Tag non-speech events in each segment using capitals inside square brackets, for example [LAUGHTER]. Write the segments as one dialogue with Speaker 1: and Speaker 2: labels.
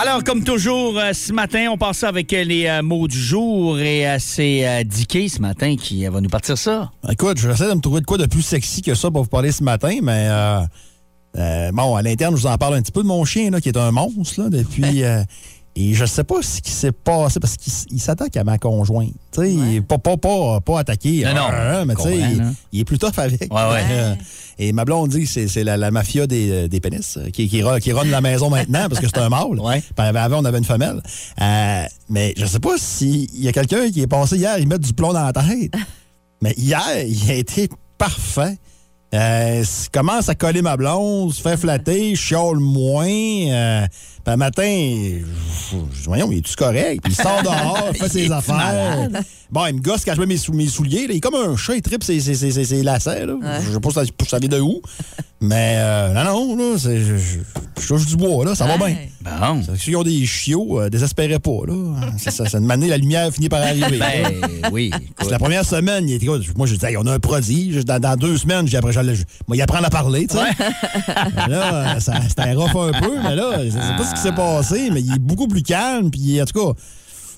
Speaker 1: Alors, comme toujours, euh, ce matin, on passe ça avec euh, les euh, mots du jour et euh, c'est euh, Dicky ce matin qui euh, va nous partir ça.
Speaker 2: Écoute, j'essaie de me trouver de quoi de plus sexy que ça pour vous parler ce matin, mais euh, euh, bon, à l'interne, je vous en parle un petit peu de mon chien, là, qui est un monstre, là,
Speaker 1: [LAUGHS]
Speaker 2: depuis. euh, et je sais pas ce qui s'est passé, parce qu'il s- il s'attaque à ma conjointe. Tu sais, il est pas, pas, pas, pas attaqué.
Speaker 1: Non, non,
Speaker 2: euh, mais
Speaker 1: je
Speaker 2: tu sais,
Speaker 1: comprends,
Speaker 2: il,
Speaker 1: là.
Speaker 2: il est plus tough avec.
Speaker 1: Ouais, ouais.
Speaker 2: Euh, [LAUGHS] et ma blonde dit que c'est c'est la, la mafia des, euh, des pénis euh, qui, qui, ro- qui run la maison maintenant parce que c'est un
Speaker 1: [LAUGHS]
Speaker 2: mâle.
Speaker 1: Ouais.
Speaker 2: Puis avant, on avait une femelle. Euh, mais je sais pas s'il y a quelqu'un qui est passé hier, il met du plomb dans la tête. Mais hier, il a été parfait. Euh, s- commence à coller ma blonde, se fait flatter, chiale moins. Euh, puis le matin, je- je- voyons, il est-tu correct? Puis il sort dehors, fait ses affaires. Bon, il me gosse quand je mets mes, sou- mes souliers. là. Il est comme un chat, il tripe ses, ses- ses- ses- ses lacets. là. Je sais pas si ça- je savais de où. Mais euh, non, non, là, c'est- je, je, je touche du bois, là, ça va bien.
Speaker 1: Bon.
Speaker 2: Ceux qui ont des chiots, euh, désespérez pas. Là. C'est ça, c'est une manière, la lumière finit par arriver.
Speaker 1: Ben [LAUGHS] oui. écoute.
Speaker 2: C'est la première semaine, il était quoi? Moi, je disais, on a un prodige. Dans, dans deux semaines, j'ai après, j'allais- je- moi, il apprend à parler, tu sais. Mais Là, euh, ça, c'était rough un peu, mais là, je sais pas ce qui s'est passé, mais il est beaucoup plus calme, puis en tout cas,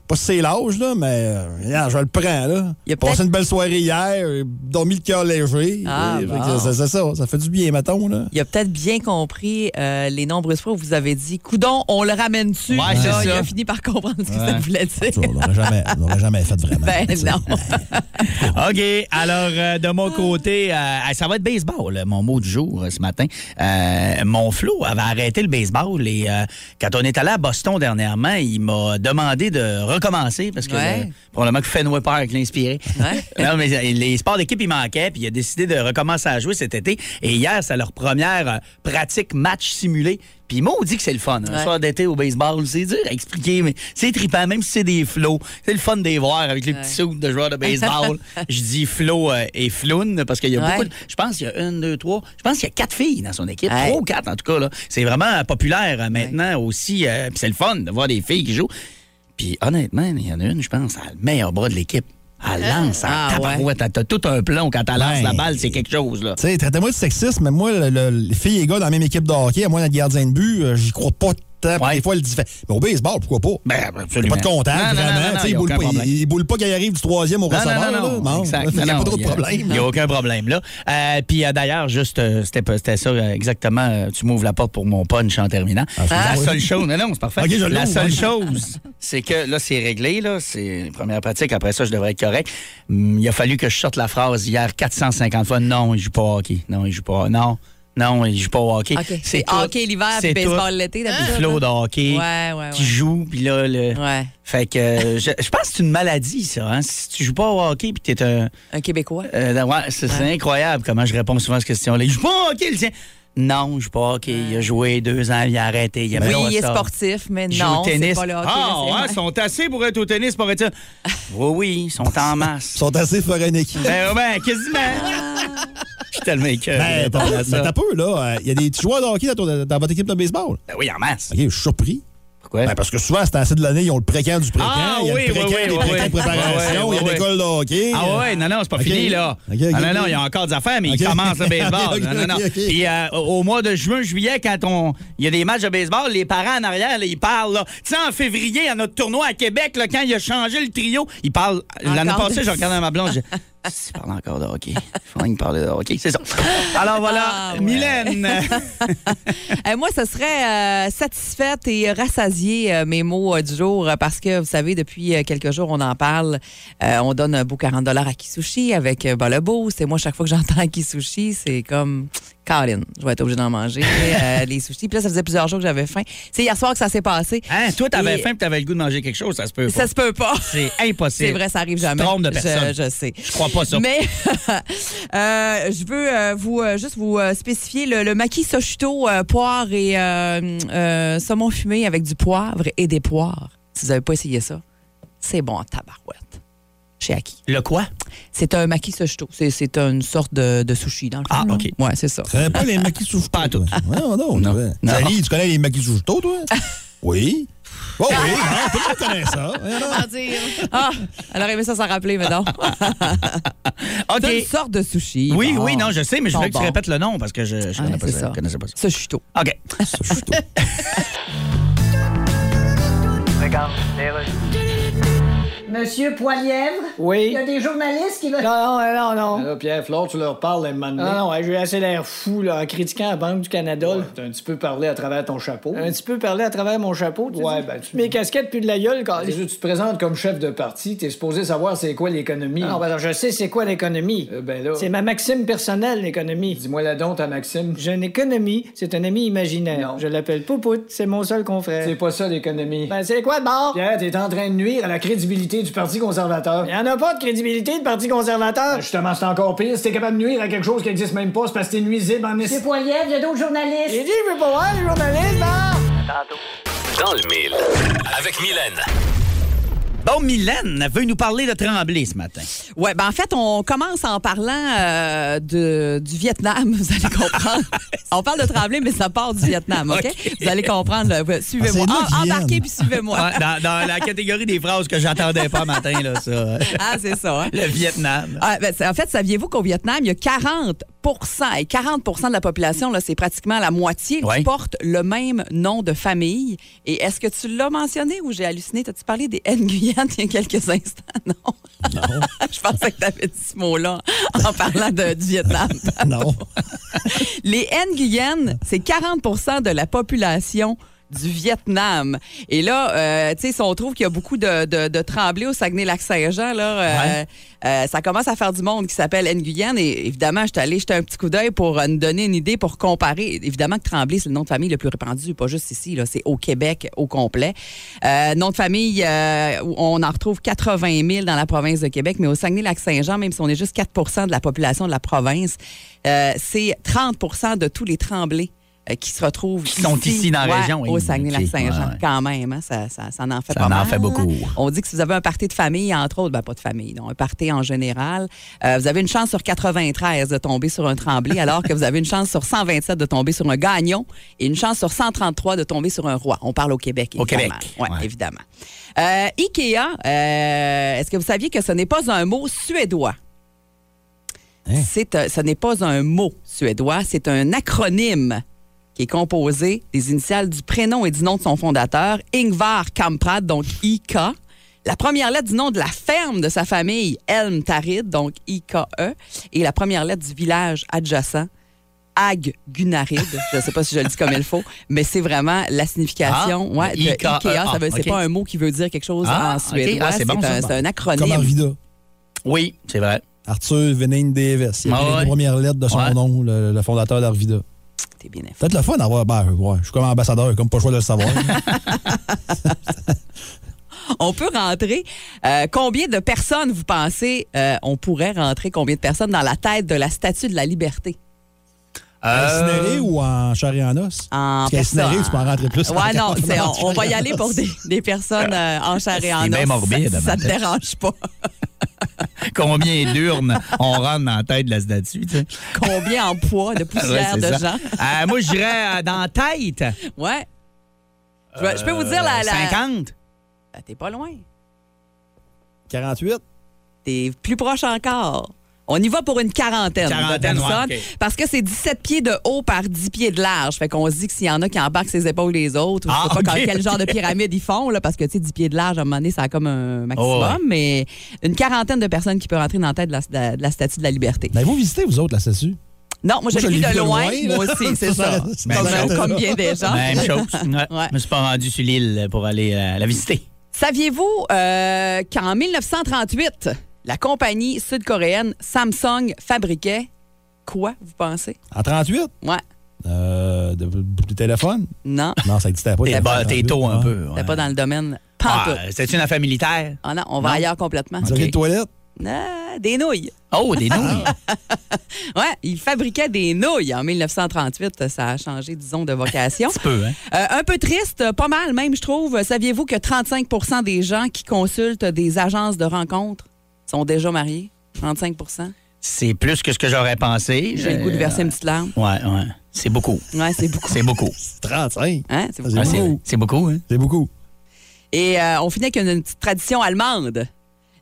Speaker 2: pas si c'est l'âge, là, mais euh, regarde, je le prends, là.
Speaker 3: Il a
Speaker 2: passé
Speaker 3: peut-être-
Speaker 2: une belle soirée hier, euh, dormi le cœur léger.
Speaker 3: Ah,
Speaker 2: Et- fait que
Speaker 3: bon.
Speaker 2: c'est, c'est ça, ça fait du bien, mettons, là.
Speaker 3: Il a peut-être bien compris euh, les nombreuses fois où vous avez dit Coudon, on le ramène dessus.
Speaker 1: Ouais, c'est ça.
Speaker 3: Il a fini par comprendre ce que ça voulait
Speaker 2: Tu vois,
Speaker 3: dire.
Speaker 2: on l'aurait jamais, on l'aurait jamais fait vraiment.
Speaker 3: [LAUGHS] Ben
Speaker 2: tu
Speaker 1: [LAUGHS]
Speaker 2: sais.
Speaker 3: non.
Speaker 1: OK. Alors, euh, de mon côté, euh, ça va être baseball, euh, mon mot du jour euh, ce matin. Euh, mon Flo avait arrêté le baseball et euh, quand on est allé à Boston dernièrement, il m'a demandé de recommencer parce que
Speaker 3: Ouais.
Speaker 1: euh, probablement que Fenway Park l'inspirait. [LAUGHS]
Speaker 3: Ouais.
Speaker 1: non, mais euh, les sports d'équipe, il manquait puis il a décidé de recommencer à jouer cet été. Et hier, c'est leur première euh, pratique match simulé. Puis dit que c'est le fun. Un
Speaker 3: Ouais.
Speaker 1: soir d'été au baseball, c'est dur à expliquer, mais c'est trippant, même si c'est des flots. C'est le fun des voir avec les petits
Speaker 3: Ouais.
Speaker 1: soupe de joueurs de
Speaker 3: [LAUGHS]
Speaker 1: baseball. je dis Flo euh, et Floun parce qu'il y a
Speaker 3: Ouais.
Speaker 1: beaucoup. de- je pense qu'il y a une, deux, trois. Je pense qu'il y a quatre filles dans son équipe.
Speaker 3: Ouais.
Speaker 1: Trois ou quatre, en tout cas. là. C'est vraiment euh, populaire euh, maintenant aussi. euh, puis c'est le fun de voir des filles qui jouent. Puis honnêtement, il y en a une, je pense, elle a le meilleur bras de l'équipe. Elle lance, elle
Speaker 3: Ah, ouais.
Speaker 1: tabarouette, elle t'a tout un plomb quand elle lance
Speaker 2: Ouais.
Speaker 1: la balle, c'est quelque chose. là.
Speaker 2: Tu sais, traitez-moi de sexiste, mais moi, le- le- les filles et gars dans la même équipe de hockey, à moi, notre gardien de but, euh, j'y crois pas tant. puis
Speaker 1: Ouais.
Speaker 2: Des fois, le diffé- Mais au baseball, pourquoi pas?
Speaker 1: Ben,
Speaker 2: Il n'y a
Speaker 1: absolument.
Speaker 2: pas de contact,
Speaker 1: Non, non, non, non,
Speaker 2: vraiment.
Speaker 1: non,
Speaker 2: Tu sais,
Speaker 1: il y
Speaker 2: Il
Speaker 1: a
Speaker 2: boule
Speaker 1: aucun
Speaker 2: pas-
Speaker 1: problème.
Speaker 2: il- il boule pas qu'il arrive du troisième au
Speaker 1: Non,
Speaker 2: receveur.
Speaker 1: non, non,
Speaker 2: là.
Speaker 1: non,
Speaker 2: Bon,
Speaker 1: exact.
Speaker 2: Il n'y a
Speaker 1: [LAUGHS] Non,
Speaker 2: pas trop de
Speaker 1: non,
Speaker 2: problème.
Speaker 1: Il n'y a
Speaker 2: là.
Speaker 1: aucun problème, là. Euh, Puis euh, d'ailleurs, juste, euh, c'était pas- c'était ça euh, exactement. euh, tu m'ouvres la porte pour mon punch en terminant.
Speaker 2: excuse-moi.
Speaker 1: la seule chose, non, non, c'est parfait.
Speaker 2: Ah. Ok, je
Speaker 1: la
Speaker 2: l'ouvre, hein.
Speaker 1: seule
Speaker 2: ouais.
Speaker 1: chose, c'est que là, c'est réglé, là. C'est une première pratique. Après ça, je devrais être correct. Hum, il a fallu que je sorte la phrase hier 450 fois. Non, il joue pas au hockey. Non, il joue pas. Non. Non, il joue pas au hockey.
Speaker 3: OK. C'est
Speaker 1: tout.
Speaker 3: hockey l'hiver,
Speaker 1: C'est
Speaker 3: puis
Speaker 1: tout.
Speaker 3: baseball l'été,
Speaker 1: Puis
Speaker 3: d'habitude,
Speaker 1: Flo
Speaker 3: là.
Speaker 1: de hockey
Speaker 3: Ouais, ouais,
Speaker 1: qui
Speaker 3: ouais.
Speaker 1: joue, puis là, le...
Speaker 3: Ouais.
Speaker 1: Fait que euh, je, je pense que c'est une maladie, ça. hein. Si tu joues pas au hockey, puis t'es un...
Speaker 3: Un Québécois.
Speaker 1: Euh, ouais, c'est c'est incroyable comment je réponds souvent à cette question-là. Je joue pas au hockey, le tien. Non, je joue pas au hockey. Il a joué deux ans, il a arrêté. Il a
Speaker 3: oui,
Speaker 1: pas
Speaker 3: il est
Speaker 1: ça.
Speaker 3: sportif, mais
Speaker 1: Ben Il joue au
Speaker 3: non, c'est
Speaker 1: tennis.
Speaker 3: pas le hockey.
Speaker 1: ah,
Speaker 3: là,
Speaker 1: ouais,
Speaker 3: c'est-
Speaker 1: ils sont assez pour être au tennis, pour être
Speaker 3: [LAUGHS]
Speaker 1: ça. Oui, oui, ils sont en
Speaker 2: Ils
Speaker 1: masse.
Speaker 2: sont assez foréniques.
Speaker 1: [LAUGHS] ben, ben, quasiment.
Speaker 3: Ah.
Speaker 1: Je suis tellement écoeuré
Speaker 2: Ben,
Speaker 1: de
Speaker 2: t'as
Speaker 1: répondre à
Speaker 2: mais
Speaker 1: ça.
Speaker 2: t'as peu, là. euh, Il y a des petits joueurs de hockey dans, ton- dans votre équipe de baseball.
Speaker 1: Ben oui, en masse.
Speaker 2: OK, je suis surpris.
Speaker 1: Pourquoi?
Speaker 2: Ben, parce que souvent, c'est assez de l'année, ils ont le précaire du précaire.
Speaker 1: Ah,
Speaker 2: il y a
Speaker 1: oui,
Speaker 2: le précaire,
Speaker 1: oui,
Speaker 2: des
Speaker 1: oui,
Speaker 2: précaires
Speaker 1: oui.
Speaker 2: de préparation,
Speaker 1: Ouais, ouais,
Speaker 2: il y a
Speaker 1: ouais.
Speaker 2: l'école de hockey.
Speaker 1: Ah ouais, non, non, c'est pas
Speaker 2: Euh, OK.
Speaker 1: fini, là.
Speaker 2: OK, OK,
Speaker 1: Ah non, non,
Speaker 2: OK.
Speaker 1: il y a encore des affaires, mais
Speaker 2: OK.
Speaker 1: il commence le baseball.
Speaker 2: [LAUGHS] OK, OK,
Speaker 1: non, non, non.
Speaker 2: OK, OK.
Speaker 1: Puis euh, au mois de juin, juillet, quand on, il y a des matchs de baseball, les parents en arrière, là, ils parlent. là. Tu sais, en février, à notre tournoi à Québec, là, quand il a changé le trio, ils parlent. L'année
Speaker 3: Encore
Speaker 1: passée,
Speaker 3: de- [LAUGHS]
Speaker 1: je regardais ma blonde, je S'il parle encore de hockey, il faudrait qu'il parle de hockey. C'est ça. Alors voilà,
Speaker 3: Ah, ouais. [LAUGHS]
Speaker 1: Mylène.
Speaker 3: Euh, moi, ce serait euh, satisfaite et rassasiée, euh, mes mots euh, du jour, euh, parce que, vous savez, depuis euh, quelques jours, on en parle. Euh, on donne un beau 40 à Kisushi avec euh, ben, le beau. C'est moi, chaque fois que j'entends [LAUGHS] Kisushi, c'est comme... Colin, je vais être obligée d'en manger,
Speaker 1: [LAUGHS]
Speaker 3: euh, les sushis. Puis là, ça faisait plusieurs jours que j'avais faim. C'est hier soir que ça s'est passé.
Speaker 1: Hein, toi, t'avais
Speaker 3: Et-
Speaker 1: faim et t'avais le goût de manger quelque chose, ça se peut.
Speaker 3: Ça
Speaker 1: pas.
Speaker 3: se peut pas.
Speaker 1: C'est impossible.
Speaker 3: [LAUGHS] C'est vrai, ça arrive
Speaker 1: Tu te
Speaker 3: jamais.
Speaker 1: trompes de
Speaker 3: Je-
Speaker 1: personne.
Speaker 3: Je, sais.
Speaker 1: Je crois pas ça.
Speaker 3: Mais [LAUGHS] euh, je veux euh, vous euh, juste vous euh, spécifier le, le maquis sochuto euh, poire et euh, euh, saumon fumé avec du poivre et des poires. Si vous n'avez pas essayé ça, c'est bon en tabarouette. Chez Aki.
Speaker 1: Le quoi?
Speaker 3: C'est un maquis sochuto. C'est- C'est une sorte de, de sushi dans le fond.
Speaker 1: Ah,
Speaker 3: là.
Speaker 1: OK.
Speaker 3: Ouais, c'est ça.
Speaker 2: connais pas les maquis sous Pas tout. Non, non,
Speaker 1: Non.
Speaker 2: non.
Speaker 1: Non.
Speaker 2: Sally, tu connais les maquis sous toi? Oui. Oh
Speaker 3: [LAUGHS]
Speaker 2: oui, non, tout le monde connaît ça. Ouais, non.
Speaker 3: Ah, elle aurait aimé ça s'en rappeler, mais non.
Speaker 1: Ah, OK.
Speaker 3: C'est une sorte de sushi.
Speaker 1: Oui,
Speaker 3: Bon.
Speaker 1: oui, non, je sais, mais je
Speaker 3: Bon,
Speaker 1: voulais que tu
Speaker 3: bon.
Speaker 1: répètes le nom parce que je ne
Speaker 3: Ouais,
Speaker 1: connais, pas
Speaker 3: Ah, c'est
Speaker 1: ça,
Speaker 3: ça.
Speaker 1: je connaissais pas ça.
Speaker 3: Sochuto.
Speaker 1: OK.
Speaker 4: Monsieur Poilièvre?
Speaker 5: Oui.
Speaker 4: Il y a des journalistes qui veulent.
Speaker 5: Non, non, non, non.
Speaker 6: Là, Pierre Flore, tu leur parles un moment donné.
Speaker 5: Non, non, ouais, j'ai assez l'air fou là, en critiquant la Banque du Canada. là.
Speaker 6: Ouais, T'as un petit peu parlé à travers ton chapeau.
Speaker 5: Un petit peu parler à travers mon chapeau. tu
Speaker 6: Ouais,
Speaker 5: dis.
Speaker 6: ben, tu-
Speaker 5: Mes casquettes puis de la gueule, quand.
Speaker 6: Jésus, tu te présentes comme chef de parti, t'es supposé savoir c'est quoi l'économie.
Speaker 5: Non, ben, alors, je sais c'est quoi l'économie.
Speaker 6: Euh, ben là,
Speaker 5: C'est ma maxime personnelle, l'économie.
Speaker 6: dis-moi la don, ta Maxime.
Speaker 5: J'ai une économie, c'est un ami imaginaire.
Speaker 6: Non.
Speaker 5: Je l'appelle Poupout, c'est mon seul confrère.
Speaker 6: C'est pas ça l'économie.
Speaker 5: Ben, c'est quoi de bord?
Speaker 6: Pierre, t'es en train de nuire à la crédibilité du Parti conservateur.
Speaker 5: Il n'y en a pas de crédibilité de Parti conservateur.
Speaker 6: Ben, Justement, c'est encore pire. Si t'es capable de nuire à quelque chose qui existe même pas, c'est parce que t'es nuisible en
Speaker 4: Monsieur
Speaker 6: est...
Speaker 4: Poilièvre, il y a d'autres journalistes.
Speaker 5: J'ai dit, je veux pas voir les journalistes, hein? là!
Speaker 7: Dans le mille. Avec Mylène.
Speaker 1: [LAUGHS] Bon, Mylène veut nous parler de Tremblay ce matin.
Speaker 3: Ouais, ben en fait, on commence en parlant euh, de, du Vietnam, [LAUGHS] vous allez comprendre. on parle de Tremblay, mais ça part du Vietnam, OK?
Speaker 1: OK.
Speaker 3: Vous allez comprendre. là. Ouais, Suivez-moi.
Speaker 2: Ah,
Speaker 3: Em-
Speaker 2: c'est nous qui
Speaker 3: embarquez
Speaker 2: viennent.
Speaker 3: puis suivez-moi.
Speaker 1: Ouais, dans, dans la catégorie des phrases que j'attendais pas matin, là, ça. [LAUGHS]
Speaker 3: Ah, c'est ça. hein?
Speaker 1: Le Vietnam.
Speaker 3: Ah, ben, c'est- en fait, saviez-vous qu'au Vietnam, il y a 40 et 40 de la population, là, c'est pratiquement la moitié,
Speaker 1: Ouais.
Speaker 3: qui porte le même nom de famille. Et est-ce que tu l'as mentionné ou j'ai halluciné? T'as-tu parlé des Nguyen il y a quelques instants? Non. [LAUGHS] Je pensais que t'avais dit ce mot-là en parlant de, du Vietnam.
Speaker 2: Non.
Speaker 3: Les Nguyen, c'est 40 de la population du Vietnam. Et là, euh, tu sais, si on trouve qu'il y a beaucoup de, de, de tremblés au Saguenay-Lac-Saint-Jean, là, euh,
Speaker 1: Ouais.
Speaker 3: euh, ça commence à faire du monde qui s'appelle Nguyen. Et évidemment, je suis allée jeter un petit coup d'œil pour euh, nous donner une idée, pour comparer. Évidemment que Tremblay, c'est le nom de famille le plus répandu, pas juste ici, là, c'est au Québec au complet. Euh, nom de famille, euh, où on en retrouve 80 000 dans la province de Québec, mais au Saguenay-Lac-Saint-Jean, même si on est juste 4 de la population de la province, euh, c'est 30 de tous les Tremblés euh, qui se retrouvent
Speaker 1: Qui sont ici dans la
Speaker 3: ouais,
Speaker 1: région, oui.
Speaker 3: au Saguenay-Lac-Saint-Jean.
Speaker 1: Ok, ouais, ouais.
Speaker 3: Quand même, hein, ça, ça, ça en fait
Speaker 1: Ça
Speaker 3: pas
Speaker 1: en
Speaker 3: mal.
Speaker 1: fait beaucoup.
Speaker 3: On dit que si vous avez un party de famille, entre autres, ben pas de famille, non, un party en général, euh, vous avez une chance sur 93 de tomber sur un tremblé, alors que vous avez une chance sur 127 de tomber sur un gagnon et une chance sur 133 de tomber sur un roi. On parle au Québec,
Speaker 1: Au
Speaker 3: évidemment.
Speaker 1: Québec,
Speaker 3: Ouais,
Speaker 1: ouais.
Speaker 3: évidemment. Euh, Ikea, euh, est-ce que vous saviez que ce n'est pas un mot suédois? C'est, euh, ce n'est pas un mot suédois, c'est un acronyme qui est composé des initiales du prénom et du nom de son fondateur, Ingvar Kamprad, donc IK. La première lettre du nom de la ferme de sa famille, Elm Tarid, donc IKE, et la première lettre du village adjacent, Ag Gunarid. je ne sais pas si je le dis comme il faut, mais c'est vraiment la signification
Speaker 1: Ah,
Speaker 3: ouais, de
Speaker 1: IKE.
Speaker 3: Ikea. Ça veut, c'est
Speaker 1: Ah, ok.
Speaker 3: pas un mot qui veut dire quelque chose
Speaker 1: Ah,
Speaker 3: en
Speaker 1: ok.
Speaker 3: suédois.
Speaker 1: Ah, c'est bon, ça.
Speaker 3: un, c'est un acronyme.
Speaker 2: Comme Arvida.
Speaker 1: Oui, c'est vrai.
Speaker 2: Arthur Venning Davis. Il a
Speaker 1: Ah
Speaker 2: pris les
Speaker 1: ouais.
Speaker 2: deux premières lettres de son
Speaker 1: Ouais.
Speaker 2: nom, le, le fondateur d'Arvida.
Speaker 3: T'es bien informé.
Speaker 2: Peut-être le fun d'avoir. Ben, ouais, je suis comme ambassadeur, comme pas le choix de
Speaker 3: [LAUGHS]
Speaker 2: le savoir.
Speaker 3: On peut rentrer. euh, combien de personnes, vous pensez, euh, on pourrait rentrer combien de personnes dans la tête de la statue de la liberté?
Speaker 2: Incinéré ou en chair et en os?
Speaker 3: Euh. En
Speaker 2: Parce qu'incinéré,
Speaker 3: personne.
Speaker 2: tu peux en rentrer plus.
Speaker 3: Ouais, non, c'est- on,
Speaker 2: [LAUGHS]
Speaker 3: on va y
Speaker 2: En
Speaker 3: aller pour des, des personnes euh, en chair et en
Speaker 1: C'est bien
Speaker 3: os.
Speaker 1: morbide,
Speaker 3: ça, ça te
Speaker 1: madame.
Speaker 3: dérange pas.
Speaker 1: Combien d'urnes on rentre dans la tête de la statue, tu sais?
Speaker 3: Combien en poids
Speaker 1: [LAUGHS]
Speaker 3: de
Speaker 1: Ouais,
Speaker 3: poussière
Speaker 1: c'est
Speaker 3: de
Speaker 1: ça.
Speaker 3: gens?
Speaker 1: Euh, moi, je dirais euh, dans la tête.
Speaker 3: Ouais. Je, vais- je peux vous dire la. la...
Speaker 1: Euh, 50?
Speaker 3: Ben, T'es pas loin.
Speaker 2: 48?
Speaker 3: T'es plus proche encore. On y va pour une quarantaine, de
Speaker 1: Quarantaine, ouais,
Speaker 3: personnes,
Speaker 1: ok.
Speaker 3: parce que c'est 17 pieds de haut par 10 pieds de large. Fait qu'on se dit que s'il y en a qui embarquent ses épaules les autres, ou je
Speaker 1: Ah,
Speaker 3: sais pas
Speaker 1: ok,
Speaker 3: quand- quel
Speaker 1: ok. [LAUGHS]
Speaker 3: genre de pyramide ils font, là, parce que tu sais, 10 pieds de large, à un moment donné, ça a comme un maximum,
Speaker 1: Oh, ouais.
Speaker 3: mais une quarantaine de personnes qui peuvent rentrer dans la tête de la, de la- de la Statue de la Liberté.
Speaker 2: Ben, vous visitez, vous autres, la SASU?
Speaker 3: Non, moi, je l'ai
Speaker 2: Moi, je
Speaker 3: vu
Speaker 2: l'ai
Speaker 3: de
Speaker 2: vu de
Speaker 3: loin,
Speaker 2: loin,
Speaker 3: moi
Speaker 2: là.
Speaker 3: aussi, c'est
Speaker 2: [LAUGHS] Ça,
Speaker 3: ça. Ben,
Speaker 2: ça
Speaker 3: Comme-
Speaker 1: reste-
Speaker 3: Comme bien des gens.
Speaker 1: Même chose.
Speaker 3: [LAUGHS]
Speaker 1: Ouais.
Speaker 3: Ah. Ouais.
Speaker 1: Je me suis pas rendu sur l'île pour aller euh, la visiter.
Speaker 3: Saviez-vous euh, qu'en 1938, la compagnie sud-coréenne Samsung fabriquait quoi, vous pensez?
Speaker 2: En 38?
Speaker 3: Ouais.
Speaker 2: Euh, de, du téléphone?
Speaker 3: Non,
Speaker 2: Non, ça n'existait pas.
Speaker 3: Eh
Speaker 1: T'es bah,
Speaker 3: ben,
Speaker 2: téléphone 38,
Speaker 1: t'es
Speaker 3: hein.
Speaker 1: tôt un
Speaker 2: non.
Speaker 1: peu. ouais.
Speaker 3: c'était Ah. pas dans le domaine pantoute.
Speaker 1: Ah, C'est une affaire militaire.
Speaker 3: Ah non, on va
Speaker 1: Non.
Speaker 3: ailleurs complètement.
Speaker 2: Vous aviez
Speaker 1: Ok.
Speaker 2: une toilette?
Speaker 3: Ah, des nouilles.
Speaker 1: Oh,
Speaker 3: Ah.
Speaker 1: des nouilles.
Speaker 3: Ouais, ils fabriquaient des nouilles en 1938. Ça a changé, disons, de [LAUGHS] vocation.
Speaker 1: Un peu, hein?
Speaker 3: Euh, un peu triste, pas mal même, je trouve. Saviez-vous que 35 des gens qui consultent des agences de rencontres sont déjà mariés? 35
Speaker 1: C'est plus que ce que j'aurais pensé. Euh,
Speaker 3: J'ai le goût de verser une petite larme.
Speaker 1: Ouais, ouais. C'est beaucoup.
Speaker 3: Ouais, c'est beaucoup.
Speaker 1: C'est beaucoup.
Speaker 2: C'est 35.
Speaker 3: Hein, c'est
Speaker 2: C'est
Speaker 1: Ah,
Speaker 3: beaucoup.
Speaker 1: c'est-
Speaker 2: beaucoup.
Speaker 1: C'est beaucoup, hein?
Speaker 2: C'est beaucoup.
Speaker 3: Et euh, on finit avec une, une petite tradition allemande.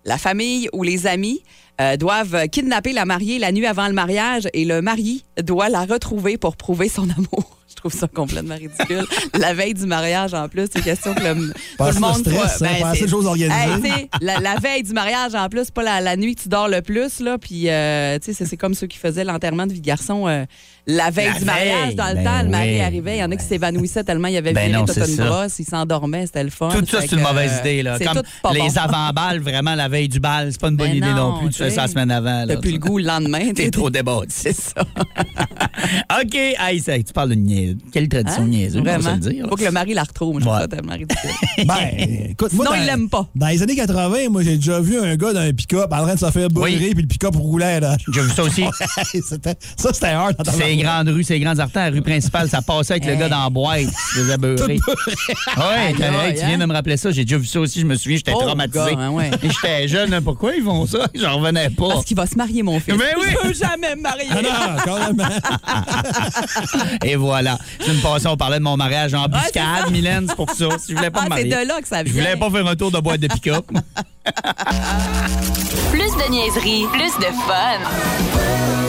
Speaker 3: La famille ou les amis euh, doivent kidnapper la mariée la nuit avant le mariage et le mari doit la retrouver pour prouver son [LAUGHS] amour. Je trouve ça complètement ridicule. la veille du mariage, en plus, c'est question que le,
Speaker 2: Passer
Speaker 3: tout le
Speaker 2: le
Speaker 3: monde... Ben,
Speaker 2: stress, hein, passer
Speaker 3: c'est-
Speaker 2: les choses organisées.
Speaker 3: Hey, tu sais, la, la veille du mariage, en plus, pas la, la nuit que tu dors le plus, là, puis euh, tu sais, c'est- c'est comme ceux qui faisaient l'enterrement de vie de garçon euh, la veille
Speaker 1: La
Speaker 3: du mariage.
Speaker 1: veille,
Speaker 3: Dans le
Speaker 1: ben
Speaker 3: temps, le mari
Speaker 1: oui,
Speaker 3: arrivait, il y en a qui
Speaker 1: ouais.
Speaker 3: s'évanouissaient tellement il y avait
Speaker 1: Ben
Speaker 3: viré
Speaker 1: non,
Speaker 3: toute
Speaker 1: c'est
Speaker 3: une
Speaker 1: ça.
Speaker 3: brosse, il s'endormait, c'était le fun.
Speaker 1: Tout ça,
Speaker 3: Fait
Speaker 1: c'est une
Speaker 3: que,
Speaker 1: mauvaise
Speaker 3: euh,
Speaker 1: idée. Là.
Speaker 3: c'est
Speaker 1: Comme
Speaker 3: tout pas
Speaker 1: les
Speaker 3: bon. [LAUGHS]
Speaker 1: avant-balles, vraiment, la veille du bal, c'est pas une bonne
Speaker 3: Ben
Speaker 1: idée non,
Speaker 3: non,
Speaker 1: plus. Tu fais
Speaker 3: t'sais.
Speaker 1: ça la semaine avant. là.
Speaker 3: T'as plus le goût le lendemain.
Speaker 1: T'es
Speaker 3: [LAUGHS]
Speaker 1: trop débattu.
Speaker 3: C'est ça.
Speaker 1: [LAUGHS] OK, aïe, ça, tu parles d'une niaise. Quelle tradition
Speaker 3: Hein?
Speaker 1: niaiseuse, on va
Speaker 3: Vraiment.
Speaker 1: se le dire.
Speaker 3: Faut que le mari la retrouve. Je trouve
Speaker 1: Ouais.
Speaker 3: ça
Speaker 1: [LAUGHS]
Speaker 3: tellement ridicule.
Speaker 2: [LAUGHS] Ben, écoute, moi,
Speaker 3: Sinon,
Speaker 2: dans-
Speaker 3: il l'aime pas.
Speaker 2: Dans les années 80, moi, j'ai déjà vu un gars dans un pick-up en train de se faire brûler,
Speaker 1: Oui.
Speaker 2: puis le pick-up roulait. Là. [LAUGHS]
Speaker 1: J'ai vu ça aussi.
Speaker 2: C'était- ça, c'était hard. dans ta
Speaker 1: Ces
Speaker 2: main.
Speaker 1: grandes rues, ces grandes artères, rue principale, ça passait avec le gars dans la boîte. Je
Speaker 3: [LAUGHS]
Speaker 1: faisais beurrer. Ouais, t'as-
Speaker 3: aïe,
Speaker 1: hey, tu viens
Speaker 3: hein?
Speaker 1: de me rappeler ça. J'ai déjà vu ça aussi. Je me souviens, j'étais
Speaker 3: Oh,
Speaker 1: traumatisé.
Speaker 3: gars, hein, ouais.
Speaker 1: Et [LAUGHS] J'étais jeune. hein, Pourquoi ils font ça? J'en revenais pas.
Speaker 3: Parce qu'il va se marier, mon fils.
Speaker 1: Ben oui.
Speaker 3: Je veux jamais me marier.
Speaker 2: Ah non, carrément.
Speaker 1: Et voilà. C'est une passée, on parlait de mon mariage en
Speaker 3: c'est
Speaker 1: buscade, Mylène, c'est
Speaker 3: [LAUGHS]
Speaker 1: pour ça. Si je voulais pas
Speaker 3: Ah,
Speaker 1: me
Speaker 3: c'est
Speaker 1: marier.
Speaker 3: de là que ça
Speaker 1: Je
Speaker 3: vient.
Speaker 1: voulais pas faire un tour de boîte de
Speaker 3: [LAUGHS]
Speaker 1: pick-up.
Speaker 8: Plus de niaiserie, plus de fun.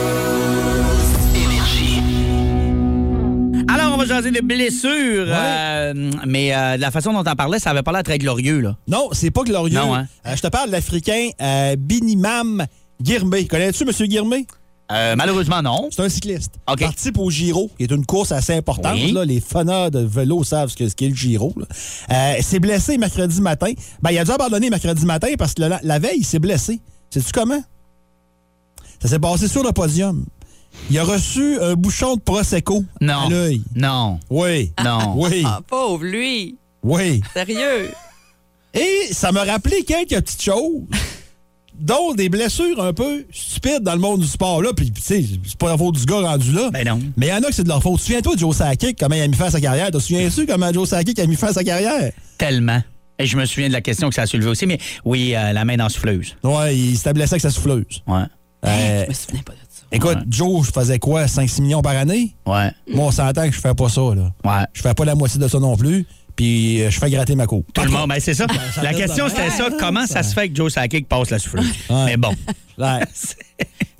Speaker 1: Alors, on va jaser des blessures. euh, mais euh, de la façon dont on parlait, ça avait pas l'air très glorieux, là.
Speaker 2: Non, c'est pas glorieux.
Speaker 1: Non, hein.
Speaker 2: Euh, je te parle de l'Africain euh, Binimam Guirmé. Connais-tu M. Guirmé?
Speaker 1: Euh, malheureusement, non.
Speaker 2: C'est un cycliste.
Speaker 1: OK.
Speaker 2: Participe au Giro, qui est une course assez importante.
Speaker 1: Oui.
Speaker 2: là. les fanats de vélo savent ce que- ce qu'est le Giro. là. Euh, il s'est blessé mercredi matin. Ben, il a dû abandonner mercredi matin parce que le- la veille, il s'est blessé. Sais-tu comment? Ça s'est passé sur le podium. Il a reçu un bouchon de Prosecco
Speaker 1: Non.
Speaker 2: à l'œil.
Speaker 1: Non.
Speaker 2: Oui.
Speaker 1: Non.
Speaker 2: Oui.
Speaker 3: Ah, pauvre lui.
Speaker 2: Oui.
Speaker 3: Sérieux.
Speaker 2: Et ça m'a rappelé quelques petites
Speaker 1: [LAUGHS]
Speaker 2: choses, dont des blessures un peu stupides dans le monde du sport. Là, puis, tu sais, c'est pas la faute du gars rendu là.
Speaker 1: Ben non.
Speaker 2: Mais il y en a que c'est de leur faute. Souviens-toi de Joe Sakic, comment il a mis fin à sa carrière. Te souviens-tu comment Joe Sakic a mis fin à sa carrière?
Speaker 1: Tellement. Et je me souviens de la question que ça a soulevé aussi, mais oui, euh, la main dans la souffleuse.
Speaker 2: Ouais, il s'était blessé avec sa souffleuse.
Speaker 1: Ouais. [LAUGHS]
Speaker 2: Euh,
Speaker 3: Je me souvenais pas de ça.
Speaker 2: écoute,
Speaker 1: Ouais.
Speaker 2: Joe, je faisais quoi, 5-6 millions par année?
Speaker 1: Ouais.
Speaker 2: Moi, on s'entend que je fais pas ça, là.
Speaker 1: Ouais.
Speaker 2: Je fais pas la moitié de ça non plus, puis euh, je fais gratter ma cour.
Speaker 1: Tout le monde, ben, c'est ça.
Speaker 2: ça
Speaker 1: La
Speaker 2: reste
Speaker 1: question,
Speaker 2: de
Speaker 1: c'était ça.
Speaker 2: même.
Speaker 1: Comment ça se fait que Joe Sakic passe la souffleuse?
Speaker 2: Ouais.
Speaker 1: Mais bon, [LAUGHS]
Speaker 2: Ouais.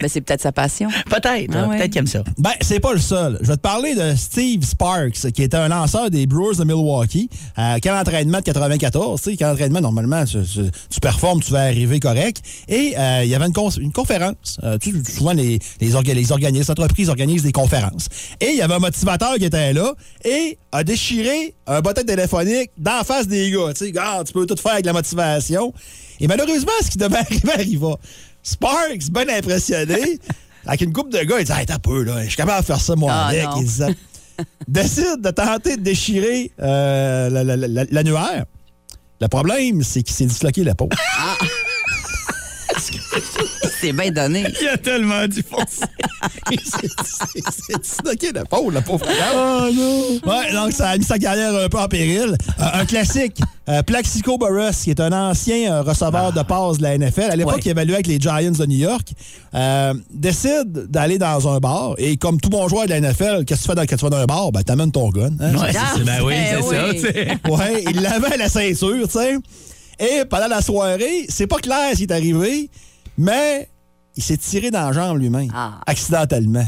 Speaker 3: Mais c'est peut-être sa passion.
Speaker 1: peut-être.
Speaker 3: Ah
Speaker 1: hein,
Speaker 3: ouais.
Speaker 1: Peut-être qu'il aime ça.
Speaker 2: Ben, c'est pas le seul. Je vais te parler de Steve Sparks, qui était un lanceur des Brewers de Milwaukee. Euh, quel entraînement de 94, tu sais, quel entraînement, normalement, tu, tu- tu performes, tu vas arriver correct. Et euh, il y avait une, cons- une conférence. Euh, tu, tu- souvent, les, les, orga- les organismes, les entreprises organisent des conférences. Et il y avait un motivateur qui était là et a déchiré un bottin téléphonique dans la face des gars. Tu sais, Garde, tu peux tout faire avec la motivation. Et malheureusement, ce qui devait [LAUGHS] arriver arriva. Sparks, ben impressionné. Avec une coupe de gars, il dit Hey, t'as peu, là, je suis capable de faire ça, moi,
Speaker 3: Ah,
Speaker 2: avec.
Speaker 3: non.
Speaker 2: Il disait- décide de tenter de déchirer euh, la- la- la- l'annuaire. Le problème, c'est qu'il s'est disloqué la peau.
Speaker 3: C'est bien donné.
Speaker 1: Il a [LAUGHS] tellement du foncé.
Speaker 2: Il s'est- il s'est disloqué la peau, la pauvre Oh non! Ouais, donc ça a mis sa carrière un peu en péril. Euh, un classique, euh, Plaxico Burress, qui est un ancien euh, receveur de passe de la NFL. À l'époque,
Speaker 1: Ouais.
Speaker 2: il évaluait avec les Giants de New York. Euh, décide d'aller dans un bar. Et comme tout bon joueur de la NFL, qu'est-ce que tu fais dans, quand tu vas dans un bar? Ben, t'amènes ton gun. hein,
Speaker 1: Ouais,
Speaker 3: Ah,
Speaker 1: c'est- ben oui, [LAUGHS]
Speaker 3: ben
Speaker 1: c'est ça.
Speaker 3: oui.
Speaker 1: tu sais.
Speaker 2: [LAUGHS] Ouais, il l'avait à la ceinture, tu sais. Et pendant la soirée, c'est pas clair ce qui est arrivé, mais il s'est tiré dans la jambe lui-même,
Speaker 3: Ah.
Speaker 2: accidentellement,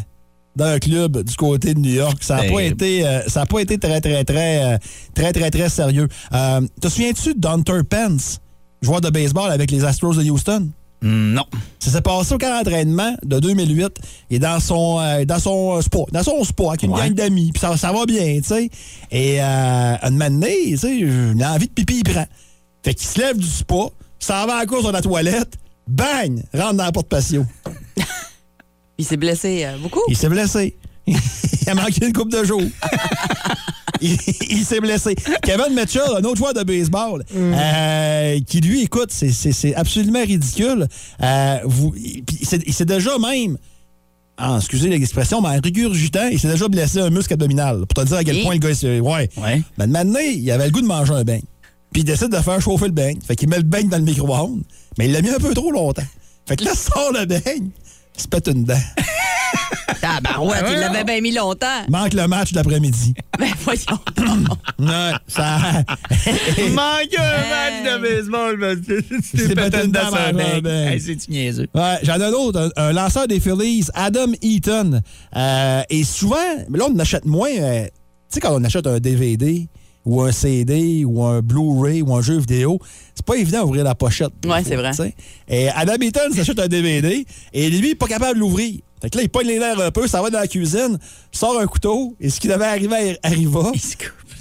Speaker 2: dans un club du côté de New York. Ça n'a pas,
Speaker 1: Terrible.
Speaker 2: été, euh, ça a pas été très, très, très, euh, très, très, très sérieux. Euh, te souviens-tu d'Hunter Pence, joueur de baseball avec les Astros de Houston?
Speaker 1: Non.
Speaker 2: Ça s'est passé au camp d'entraînement de 2008 et dans son euh, dans son euh, spa, dans son spa avec une
Speaker 1: Ouais.
Speaker 2: gang d'amis, puis ça, ça va bien, tu sais. Et euh, un moment donné, tu sais, j'ai envie de pipi, il prend. Fait qu'il se lève du spa, s'en va en course dans la toilette, bang, rentre dans la porte patio.
Speaker 3: Il s'est blessé euh, beaucoup.
Speaker 2: Il s'est blessé. [LAUGHS] il a manqué une coupe de jours. [LAUGHS] il il s'est blessé. Kevin Mitchell, un autre joueur de baseball, euh, qui lui, écoute, c'est- c'est c'est absolument ridicule. Euh, vous, il puis il s'est- il s'est déjà même, ah, excusez l'expression, mais en régurgitant, il s'est déjà blessé un muscle abdominal. Pour te dire à quel
Speaker 3: Et-
Speaker 2: point le gars, c'est- ouais.
Speaker 1: Ouais.
Speaker 2: Mais maintenant, il avait le goût de manger un beigne. Puis il décide de faire chauffer le beigne. Fait qu'il met le beigne dans le micro-ondes, mais il l'a mis un peu trop longtemps. Fait que là, [LAUGHS] sort le beigne, il se pète une dent.
Speaker 3: Tabarouette,
Speaker 1: Ah,
Speaker 3: il l'avait bien mis
Speaker 1: [LAUGHS]
Speaker 3: longtemps.
Speaker 2: Manque le
Speaker 3: [LAUGHS]
Speaker 2: match d'après-midi.
Speaker 3: Mais voyons.
Speaker 2: Non, ça.
Speaker 1: Manque un match de baseball, parce que
Speaker 2: C'est
Speaker 1: c'est
Speaker 2: pété
Speaker 1: pas
Speaker 2: une
Speaker 1: une
Speaker 2: dame
Speaker 1: dans
Speaker 2: à
Speaker 1: un
Speaker 2: la
Speaker 1: bec.
Speaker 2: main.
Speaker 1: Hey, C'est niaiseux.
Speaker 2: Ouais, j'en ai un autre, un, un lanceur des Phillies, Adam Eaton. Euh, et souvent, mais là, on en achète moins. euh, tu sais, quand on achète un DVD ou un CD ou un Blu-ray ou un jeu vidéo, c'est pas évident d'ouvrir la pochette. des
Speaker 3: Ouais,
Speaker 2: fois,
Speaker 3: c'est vrai.
Speaker 2: tu sais. Et Adam Eaton s'achète un DVD et lui, il est pas capable de l'ouvrir. Fait que là, il pogne les nerfs un peu, ça va dans la cuisine, sort un couteau et ce qui devait arriver
Speaker 3: [LAUGHS]
Speaker 2: arriva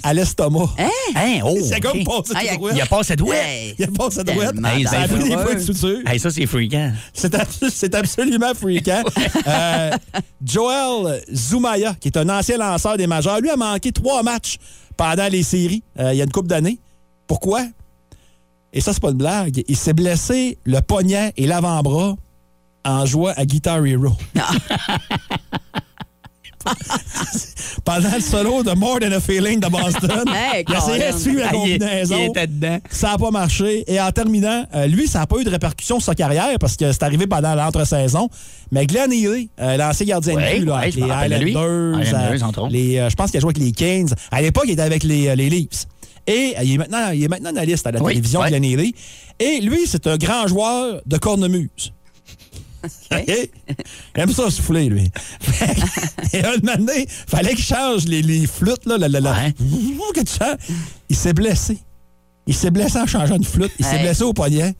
Speaker 2: à l'estomac.
Speaker 1: Hein? Oh!
Speaker 2: C'est comme
Speaker 1: OK.
Speaker 2: passé
Speaker 3: Aïe,
Speaker 2: tout
Speaker 3: aïe.
Speaker 2: droit.
Speaker 1: Il a passé de ouais.
Speaker 3: Hey.
Speaker 2: Il a passé à droite.
Speaker 3: Tellement
Speaker 2: ça a pris des points de suture.
Speaker 1: ben, Hey, ça, c'est freakant.
Speaker 2: C'est abs- [LAUGHS] c'est absolument freakant.
Speaker 1: [LAUGHS]
Speaker 2: Euh, Joel Zoumaya, qui est un ancien lanceur des majeurs, lui a manqué trois matchs pendant les séries euh, il y a une couple d'années. Pourquoi? Et ça, c'est pas une blague. Il s'est blessé le poignet et l'avant-bras en jouant à Guitar Hero.
Speaker 1: [LAUGHS]
Speaker 2: pendant le solo de More Than a Feeling de Boston,
Speaker 3: Hey,
Speaker 2: il essayait de
Speaker 3: Colin.
Speaker 2: suivre la
Speaker 1: Ah, il-
Speaker 2: combinaison.
Speaker 1: il était dedans.
Speaker 2: Ça n'a pas marché. Et en terminant, euh, lui, ça n'a pas eu de répercussions sur sa carrière parce que c'est arrivé pendant l'entre-saison. Mais Glenn Healy, euh, l'ancien gardien
Speaker 1: Ouais,
Speaker 2: de but, là,
Speaker 1: ouais,
Speaker 2: avec
Speaker 1: je
Speaker 2: les
Speaker 1: me rappelle de lui.
Speaker 2: Highlanders,
Speaker 1: Highlanders, entre autres.
Speaker 2: les, euh, je pense qu'il a joué avec les Kings. À l'époque, il était avec les, euh, les Leafs. Et euh, il, est maintenant, il est maintenant analyste à la
Speaker 1: Oui,
Speaker 2: télévision,
Speaker 1: ouais.
Speaker 2: Glenn Healy. Et lui, c'est un grand joueur de cornemuse. [LAUGHS] OK? Il aime ça souffler, lui. [LAUGHS] Et un moment donné, fallait qu'il change les, les flûtes, là, la- la- la-
Speaker 1: Ouais.
Speaker 2: que tu sens. Il s'est blessé. Il s'est blessé en changeant de flûte. Il s'est
Speaker 3: Hey.
Speaker 2: blessé au poignet.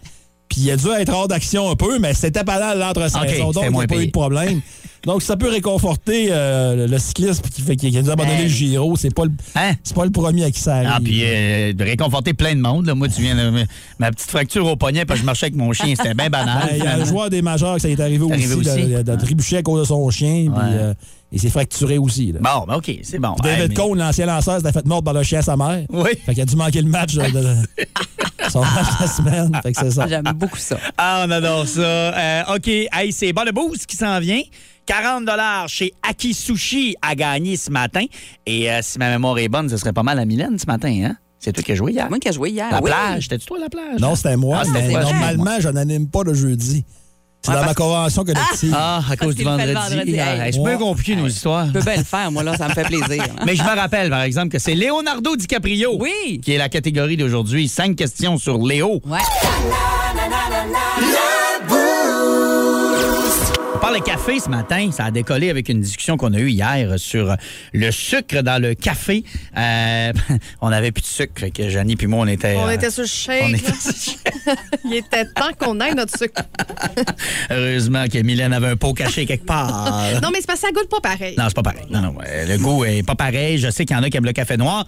Speaker 2: Puis il a dû être hors d'action un peu, mais c'était pendant
Speaker 1: Ok,
Speaker 2: l'entre-saison,
Speaker 1: c'était
Speaker 2: donc il n'y
Speaker 1: moins
Speaker 2: a pas eu
Speaker 1: payé.
Speaker 2: de problème. Donc ça peut réconforter euh, le, le cycliste qui, fait, qui, qui a dû abandonner
Speaker 3: Hey.
Speaker 2: le Giro. C'est pas le,
Speaker 1: Hein?
Speaker 2: c'est pas le premier à qui ça arrive.
Speaker 1: Ah, puis euh, de réconforter plein de monde. Là. Moi, tu viens de ma- ma petite fracture au poignet parce que je marchais avec mon chien. C'était bien banal.
Speaker 2: Ben, Il y a un
Speaker 1: finalement.
Speaker 2: joueur des majeurs que ça est arrivé
Speaker 1: C'est
Speaker 2: aussi,
Speaker 1: arrivé aussi. Ah.
Speaker 2: de, de- de trébucher à cause de son chien. puis,
Speaker 1: Ouais.
Speaker 2: euh, il s'est fracturé aussi. là.
Speaker 1: Bon, ben, OK, c'est bon.
Speaker 2: Puis David
Speaker 1: Hey, mais-
Speaker 2: Cohn, l'ancien lanceur, s'était fait mort par le chien à sa mère.
Speaker 1: Oui.
Speaker 2: Fait qu'il a dû manquer le match de,
Speaker 1: [LAUGHS]
Speaker 2: de- de- son match de la semaine. Fait que c'est ça.
Speaker 3: J'aime beaucoup ça.
Speaker 1: Ah, on adore ça. Euh, OK, hey, c'est bon le boost qui s'en vient. 40 chez Aki Sushi à gagner ce matin. Et euh, si ma mémoire est bonne, ce serait pas mal à Mylène ce matin, hein? C'est toi qui as joué hier.
Speaker 3: C'est moi qui ai joué hier.
Speaker 1: La
Speaker 3: oui.
Speaker 1: plage, t'es-tu toi la plage?
Speaker 2: Non, c'était moi.
Speaker 1: Ah, c'était
Speaker 2: mais
Speaker 1: toi,
Speaker 2: normalement, je n'anime pas le jeudi. C'est dans ma convention collective.
Speaker 1: Ah, à cause
Speaker 3: qu'il
Speaker 1: du
Speaker 3: le fait
Speaker 1: vendredi.
Speaker 3: le vendredi, hey.
Speaker 1: Ah, hey, c'est bien
Speaker 2: Ouais.
Speaker 1: compliqué, nos histoires.
Speaker 3: Je peux bien le faire, moi, là, ça me fait plaisir. hein.
Speaker 1: Mais je me rappelle, par exemple, que c'est Leonardo DiCaprio
Speaker 3: Oui.
Speaker 1: qui est la catégorie d'aujourd'hui. Cinq questions sur Léo.
Speaker 3: Ouais.
Speaker 1: On parle de café ce matin. Ça a décollé avec une discussion qu'on a eue hier sur le sucre dans le café. Euh, [LAUGHS] on avait plus de sucre, fait que Janie puis moi, on était...
Speaker 9: On
Speaker 1: euh,
Speaker 9: était sur le
Speaker 1: on
Speaker 9: shake.
Speaker 1: était-
Speaker 9: là. [LAUGHS] Il était temps qu'on aille notre sucre.
Speaker 1: Heureusement que Mylène avait un pot caché quelque
Speaker 9: [LAUGHS]
Speaker 1: part.
Speaker 9: Non, mais c'est parce que ça goûte pas pareil.
Speaker 1: Euh. Non, c'est pas pareil. Non, non, euh, le goût est pas pareil. Je sais qu'il y en a qui aiment le café noir.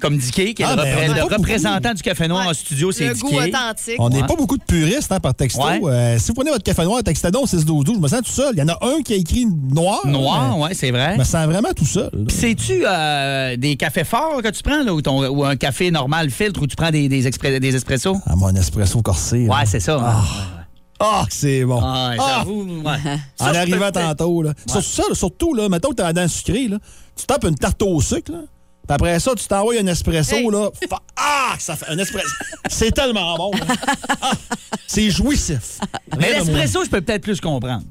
Speaker 1: Comme Dicky, qui est
Speaker 2: Ah,
Speaker 1: le,
Speaker 2: ben,
Speaker 1: repré-
Speaker 2: on a
Speaker 1: le
Speaker 2: pas beaucoup.
Speaker 1: représentant du café noir
Speaker 9: Ouais.
Speaker 1: en studio, c'est
Speaker 9: Le goût
Speaker 1: Dicky.
Speaker 9: authentique.
Speaker 2: On n'est
Speaker 1: Ouais.
Speaker 2: pas beaucoup de puristes hein, par texto.
Speaker 1: Ouais.
Speaker 2: Euh, si vous prenez votre café noir, textez donc 6-12-12. Je me sens tout seul. Il y en a un qui a écrit noir.
Speaker 1: Noir,
Speaker 2: mais
Speaker 1: ouais, c'est vrai.
Speaker 2: Je me sens vraiment tout seul. là.
Speaker 1: C'est-tu euh, des cafés forts que tu prends là, ou, ton- ou un café normal filtre où tu prends des, des, expre- des espressos?
Speaker 2: Ah, mon espresso corsé. là.
Speaker 1: Ouais, c'est ça.
Speaker 2: Ah, c'est bon.
Speaker 1: Ah,
Speaker 2: Ah,
Speaker 1: j'avoue, ouais.
Speaker 2: en arrivant tantôt. Là. Sur- ça, là, surtout, là, mettons que t'as la dent sucrée, là, tu tapes une tarte au sucre. Là, puis après ça, tu t'envoies un espresso.
Speaker 9: Hey.
Speaker 2: Là, Fa- ah, ça fait un espresso. c'est tellement bon. là. Ah, c'est jouissif.
Speaker 1: Mais
Speaker 2: Rien de moins.
Speaker 1: l'espresso, je peux peut-être plus comprendre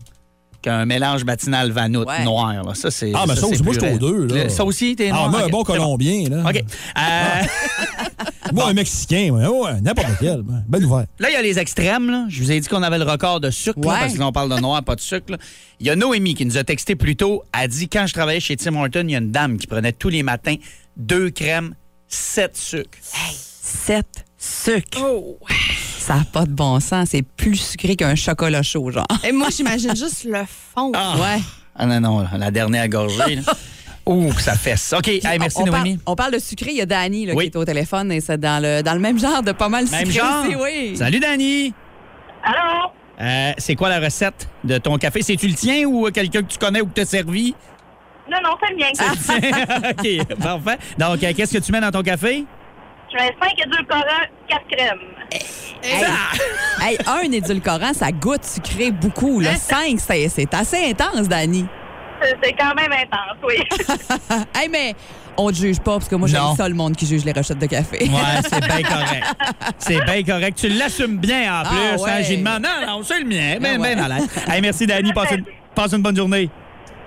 Speaker 1: qu'un mélange matinal vanoute
Speaker 3: Ouais.
Speaker 1: noir. Là. Ça, c'est,
Speaker 2: Ah, mais ça aussi,
Speaker 1: c'est
Speaker 2: moi,
Speaker 1: plus
Speaker 2: je suis aux Ah,
Speaker 1: raide.
Speaker 2: deux, là.
Speaker 1: Le- ça aussi, t'es
Speaker 2: Ah,
Speaker 1: noir?
Speaker 2: mais un
Speaker 1: Ok, Euh,
Speaker 2: bon
Speaker 1: c'est
Speaker 2: Colombien, là.
Speaker 1: OK. Euh,
Speaker 2: Moi, un Mexicain, ouais, ouais, n'importe quel. ouais, Ben ouvert.
Speaker 1: Là, il y a les extrêmes. Là. Je vous ai dit qu'on avait le record de sucre, là,
Speaker 3: Ouais.
Speaker 1: parce qu'on parle de noir, pas de sucre. là. Il y a Noémie qui nous a texté plus tôt. Elle dit Quand je travaillais chez Tim Horton, il y a une dame qui prenait tous les matins deux crèmes, sept sucres.
Speaker 3: Sept sucres.
Speaker 9: Oh.
Speaker 3: Ça n'a pas de bon sens. C'est plus sucré qu'un chocolat chaud, genre.
Speaker 9: Et moi, j'imagine juste le fond.
Speaker 3: Ouais.
Speaker 1: Ah non, non, la dernière gorgée.
Speaker 3: [LAUGHS]
Speaker 1: là. Ouh, que ça fesse. OK, hey, merci
Speaker 3: on, on
Speaker 1: Noémie.
Speaker 3: Parle, on parle de sucré. Il y a Danny là,
Speaker 1: Oui.
Speaker 3: qui est au téléphone et c'est dans le, dans le même genre de pas mal sucré
Speaker 1: Même genre.
Speaker 3: aussi, oui.
Speaker 1: Salut, Dani.
Speaker 4: Allô?
Speaker 1: Euh, c'est quoi la recette de ton café? C'est-tu le tien ou euh, quelqu'un que tu connais ou que tu as servi? [LAUGHS]
Speaker 4: Non, non, c'est bien.
Speaker 1: OK, [LAUGHS] parfait. Donc, euh, qu'est-ce que tu mets dans ton café?
Speaker 4: Je mets 5 édulcorants, 4 crèmes.
Speaker 3: Hey, hey, un édulcorant, ça goûte sucré beaucoup.
Speaker 1: Hein?
Speaker 3: Le 5, c'est c'est assez intense, Danny.
Speaker 4: C'est quand même intense, oui.
Speaker 3: Hey, mais on ne juge pas, parce que moi,
Speaker 1: Non.
Speaker 3: j'aime ça, le monde qui juge les recettes de café.
Speaker 1: Ouais, c'est bien correct. C'est bien correct. Tu l'assumes bien en
Speaker 3: Ah,
Speaker 1: plus. hein.
Speaker 3: ouais.
Speaker 1: J'ai demandé, non, non, c'est le mien. Ben,
Speaker 3: Ah, ouais.
Speaker 1: ben à l'aise. Hey, merci, Dani. Passe une, passe une bonne journée.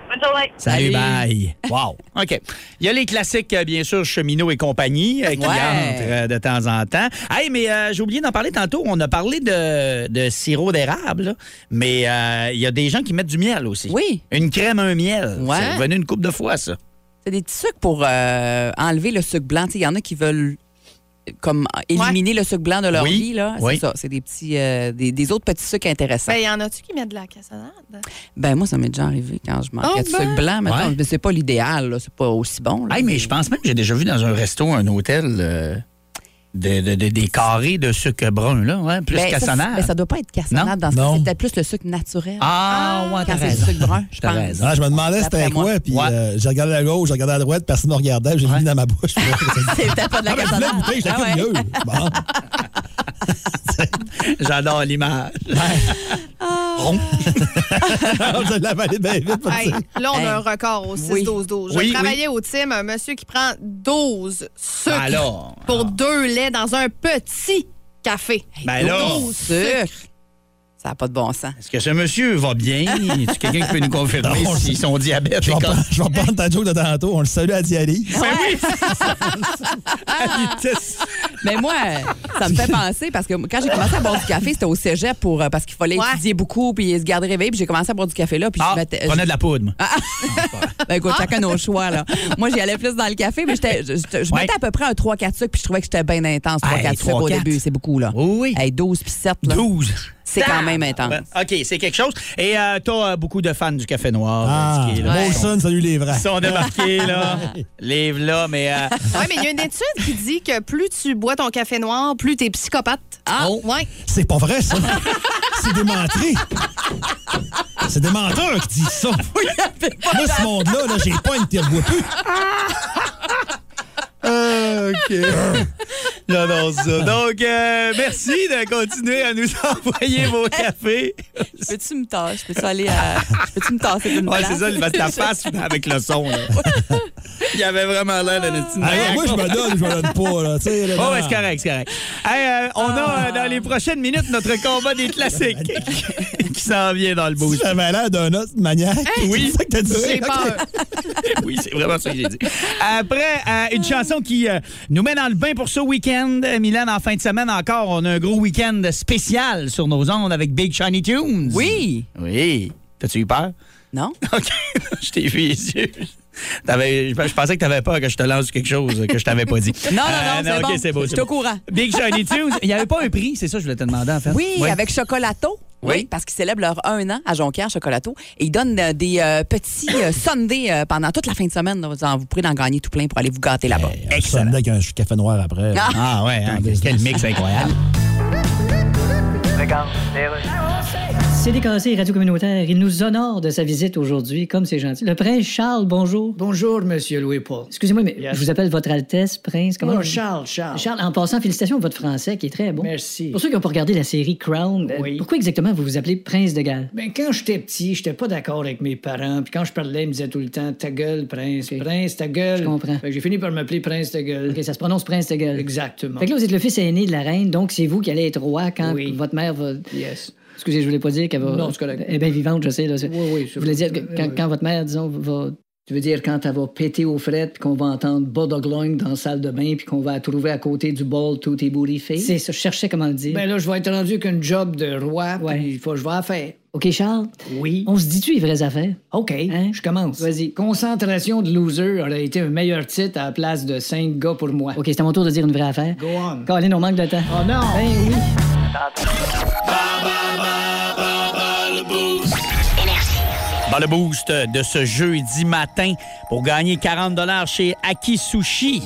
Speaker 4: Bonne journée.
Speaker 1: Salut,
Speaker 3: Salut.
Speaker 1: bye. Wow. [LAUGHS] OK. Il y a les classiques, euh, bien sûr, Cheminot et compagnie, euh, qui
Speaker 3: Ouais.
Speaker 1: entrent euh, de temps en temps. Hey, mais euh, j'ai oublié d'en parler tantôt. On a parlé de, de sirop d'érable, là. mais euh, il y a des gens qui mettent du miel aussi.
Speaker 3: Oui.
Speaker 1: Une crème, un miel.
Speaker 3: Ouais.
Speaker 1: C'est revenu une coupe de fois, ça.
Speaker 3: C'est des petits sucres pour euh, enlever le sucre blanc. Tu sais, Il y en a qui veulent euh, comme éliminer le sucre blanc de leur
Speaker 1: Oui,
Speaker 3: vie. là.
Speaker 1: oui.
Speaker 3: C'est ça. C'est des petits euh, des, des autres petits sucres intéressants.
Speaker 9: [LAUGHS] Ben,
Speaker 3: Ben,
Speaker 9: y en a-tu qui mettent de la cassonade?
Speaker 3: moi, ça m'est déjà arrivé quand je manquais
Speaker 9: Oh,
Speaker 3: de
Speaker 9: ben.
Speaker 3: sucre blanc, maintenant.
Speaker 1: Ouais.
Speaker 3: Mais c'est pas l'idéal, là. c'est pas aussi bon. là.
Speaker 1: Hey, mais je pense même que j'ai déjà vu dans un resto, un hôtel, euh, de- de- de- des carrés de sucre brun, là, ouais, plus
Speaker 3: Ben, ça,
Speaker 1: cassonade.
Speaker 3: ben, ça doit pas être cassonade dans ce
Speaker 2: Non.
Speaker 3: cas. C'est peut-être plus le sucre naturel.
Speaker 1: Ah, ouais, t'as
Speaker 3: quand c'est du
Speaker 1: raison.
Speaker 3: sucre brun, je
Speaker 1: T'as
Speaker 3: pense. [LAUGHS]
Speaker 1: raison.
Speaker 2: Ah, je me demandais c'était
Speaker 3: D'après moi.
Speaker 2: quoi, puis
Speaker 1: Ouais.
Speaker 2: euh, j'ai regardé à gauche, j'ai regardé à droite, personne ne me regardait, puis j'ai mis dans ma bouche.
Speaker 3: C'est peut-être pas de la
Speaker 2: Je voulais
Speaker 3: cassonade.
Speaker 2: goûter, j'étais
Speaker 3: Ah ouais.
Speaker 2: curieux. Bon.
Speaker 1: J'adore l'image. Rond.
Speaker 2: je l'ai avalé bien vite. parce que-
Speaker 9: Hey, là, on
Speaker 3: Hey.
Speaker 9: a un record au 6-12-12.
Speaker 3: Oui.
Speaker 9: Je
Speaker 1: Oui,
Speaker 9: travaillais au team, un monsieur qui prend 12 sucres
Speaker 1: Alors.
Speaker 9: pour deux laits dans un petit café.
Speaker 1: Ben là,
Speaker 3: Au sucre. Ça n'a pas de bon sens.
Speaker 1: est-ce que ce monsieur va bien? Est-ce quelqu'un qui peut nous confirmer
Speaker 2: Non,
Speaker 1: si son diabète
Speaker 2: Je
Speaker 1: est
Speaker 2: vais
Speaker 1: comme...
Speaker 2: reprendre- je vais reprendre ta joke de tantôt. On le salue à dialyse.
Speaker 1: Ben oui, c'est ça. La vitesse.
Speaker 3: Mais moi, ça me fait penser parce que quand j'ai commencé à boire du café, c'était au cégep pour, euh, parce qu'il fallait
Speaker 9: Ouais.
Speaker 3: étudier beaucoup puis se garder réveillé. Puis j'ai commencé à boire du café là. Puis
Speaker 1: Ah,
Speaker 3: je mettais.
Speaker 1: prenez de la poudre.
Speaker 3: Ah. je- ben écoute,
Speaker 9: Ah.
Speaker 3: chacun nos choix. là. Moi, j'y allais plus dans le café, mais j'étais- je, je- je
Speaker 1: Ouais.
Speaker 3: mettais à peu près un 3-4 sucres puis je trouvais que j'étais bien intense. 3-4
Speaker 1: Hey,
Speaker 3: sucres
Speaker 1: trois,
Speaker 3: au
Speaker 1: quatre.
Speaker 3: début, c'est beaucoup. là.
Speaker 1: Oui, oui.
Speaker 3: Hey, 12 puis 7, là, Ah.
Speaker 1: 12.
Speaker 3: c'est quand même intense.
Speaker 1: Ben, OK, c'est quelque chose. Et euh, t'as euh, beaucoup de fans du café noir.
Speaker 2: Ah,
Speaker 1: euh, qui est là.
Speaker 2: Molson, salut les vrais.
Speaker 1: Ils sont débarqués, là. Livre là, mais... euh,
Speaker 9: Oui, mais il y a une étude qui dit que plus tu bois ton café noir, plus t'es psychopathe.
Speaker 3: Ah.
Speaker 1: Oh.
Speaker 9: ouais.
Speaker 2: C'est pas vrai, ça. C'est démentré. C'est des menteurs qui disent ça. Moi, ce monde-là, là, j'ai pas une tire bois plus.
Speaker 1: Ah, OK. J'adore [LAUGHS] ça. Donc, euh, merci de continuer à nous [LAUGHS] envoyer vos cafés.
Speaker 3: Peux-tu me tasser? Peux-tu aller à. Peux-tu me tasser d'une
Speaker 1: Ouais,
Speaker 3: place?
Speaker 1: c'est ça, il va se la face avec le son. là. Il avait vraiment l'air d'un esti de
Speaker 2: Ah,
Speaker 1: maniaque.
Speaker 2: moi, je me donne, je me donne pas. Là, tu sais, là,
Speaker 1: Oh,
Speaker 2: non.
Speaker 1: ouais, c'est correct, c'est correct. Hey, euh, on a euh, dans les prochaines minutes notre combat des classiques [LAUGHS] qui s'en vient dans le
Speaker 2: Si
Speaker 1: boost.
Speaker 2: J'avais l'air d'un autre maniaque.
Speaker 1: Oui.
Speaker 2: C'est ça que t'as dit.
Speaker 9: J'ai
Speaker 2: Ok.
Speaker 9: peur.
Speaker 1: [LAUGHS] Oui, c'est vraiment ça que j'ai dit. Après, euh, une chanson qui euh, nous met dans le bain pour ce week-end. Euh, Milan, en fin de semaine encore, on a un gros week-end spécial sur nos ondes avec Big Shiny Tunes.
Speaker 3: Oui.
Speaker 1: Oui. T'as-tu eu peur? [LAUGHS]
Speaker 3: Non?
Speaker 1: OK. je t'ai vu les yeux. T'avais- je, je pensais que t'avais peur que je te lance quelque chose que je t'avais pas dit.
Speaker 3: [LAUGHS] Non, non, non,
Speaker 1: Euh,
Speaker 3: c'est
Speaker 1: OK,
Speaker 3: bon.
Speaker 1: c'est beau.
Speaker 3: Je
Speaker 1: c'est
Speaker 3: suis au
Speaker 1: beau.
Speaker 3: courant.
Speaker 1: Big Shiny Tunes, il n'y avait pas un prix, c'est ça que je voulais te demander, en fait.
Speaker 3: Oui,
Speaker 1: Ouais.
Speaker 3: avec Chocolato.
Speaker 1: Oui.
Speaker 3: Oui. parce qu'ils célèbrent leur un an à Jonquière, Chocolato. Et ils donnent euh, des euh, petits euh, Sundays euh, pendant toute la fin de semaine. là. Vous, en- vous pourrez en gagner tout plein pour aller vous gâter là-bas.
Speaker 2: Ça me
Speaker 1: Excellent.
Speaker 2: donne qu'un café noir après. là.
Speaker 1: Ah ouais, hein, quel mix incroyable.
Speaker 5: CDKC, Radio Communautaire, il nous honore de sa visite aujourd'hui, comme c'est gentil. Le prince Charles, bonjour.
Speaker 6: Bonjour, Monsieur Louis-Paul.
Speaker 5: Excusez-moi, mais
Speaker 6: Yes.
Speaker 5: je vous appelle votre Altesse, prince. Comment
Speaker 6: Non,
Speaker 5: on-
Speaker 6: Charles, Charles.
Speaker 5: Charles, en passant, félicitations pour votre français qui est très bon.
Speaker 6: Merci.
Speaker 5: Pour ceux qui n'ont pas regardé la série Crown, euh,
Speaker 6: Oui.
Speaker 5: pourquoi exactement vous vous appelez prince de Galles?
Speaker 6: Ben, quand j'étais petit, j'étais pas d'accord avec mes parents. Puis quand je parlais, ils me disaient tout le temps Ta gueule, prince. Prince, ta gueule.
Speaker 5: Je comprends.
Speaker 6: Fait que j'ai fini par m'appeler prince ta gueule.
Speaker 5: Ok, ça se prononce prince de Galles.
Speaker 6: Exactement.
Speaker 5: Fait que là, vous êtes le fils aîné de la reine, donc c'est vous qui allez être roi quand
Speaker 6: Oui.
Speaker 5: votre mère va...
Speaker 6: Yes.
Speaker 5: Excusez, je voulais pas dire qu'elle va.
Speaker 6: Non, c'est correct.
Speaker 5: Elle est bien vivante, je sais. Là.
Speaker 6: Oui, oui, c'est
Speaker 5: Je voulais dire que
Speaker 6: correct.
Speaker 5: quand,
Speaker 6: Oui,
Speaker 5: quand votre mère, disons, va
Speaker 6: Tu veux dire quand elle va péter aux frettes, puis qu'on va entendre Bodogloing dans la salle de bain, puis qu'on va la trouver à côté du bol tout ébouriffé?
Speaker 5: C'est ça, je cherchais comment le dire.
Speaker 6: Ben là, je vais être rendu qu'une job de roi, puis
Speaker 5: Ouais.
Speaker 6: il faut que je vais la faire.
Speaker 5: OK, Charles,
Speaker 6: Oui.
Speaker 5: on se dit-tu les vraies affaires?
Speaker 6: OK,
Speaker 5: Hein?
Speaker 6: je commence.
Speaker 5: Vas-y.
Speaker 6: Concentration de loser aurait été un meilleur titre à la place de 5 gars pour moi.
Speaker 5: OK, c'est à mon tour de dire une vraie affaire.
Speaker 6: Go on.
Speaker 5: Colin, on manque de temps.
Speaker 6: Oh non!
Speaker 5: Ben oui.
Speaker 1: Dans le boost de ce jeudi matin, pour gagner 40 chez Aki Sushi,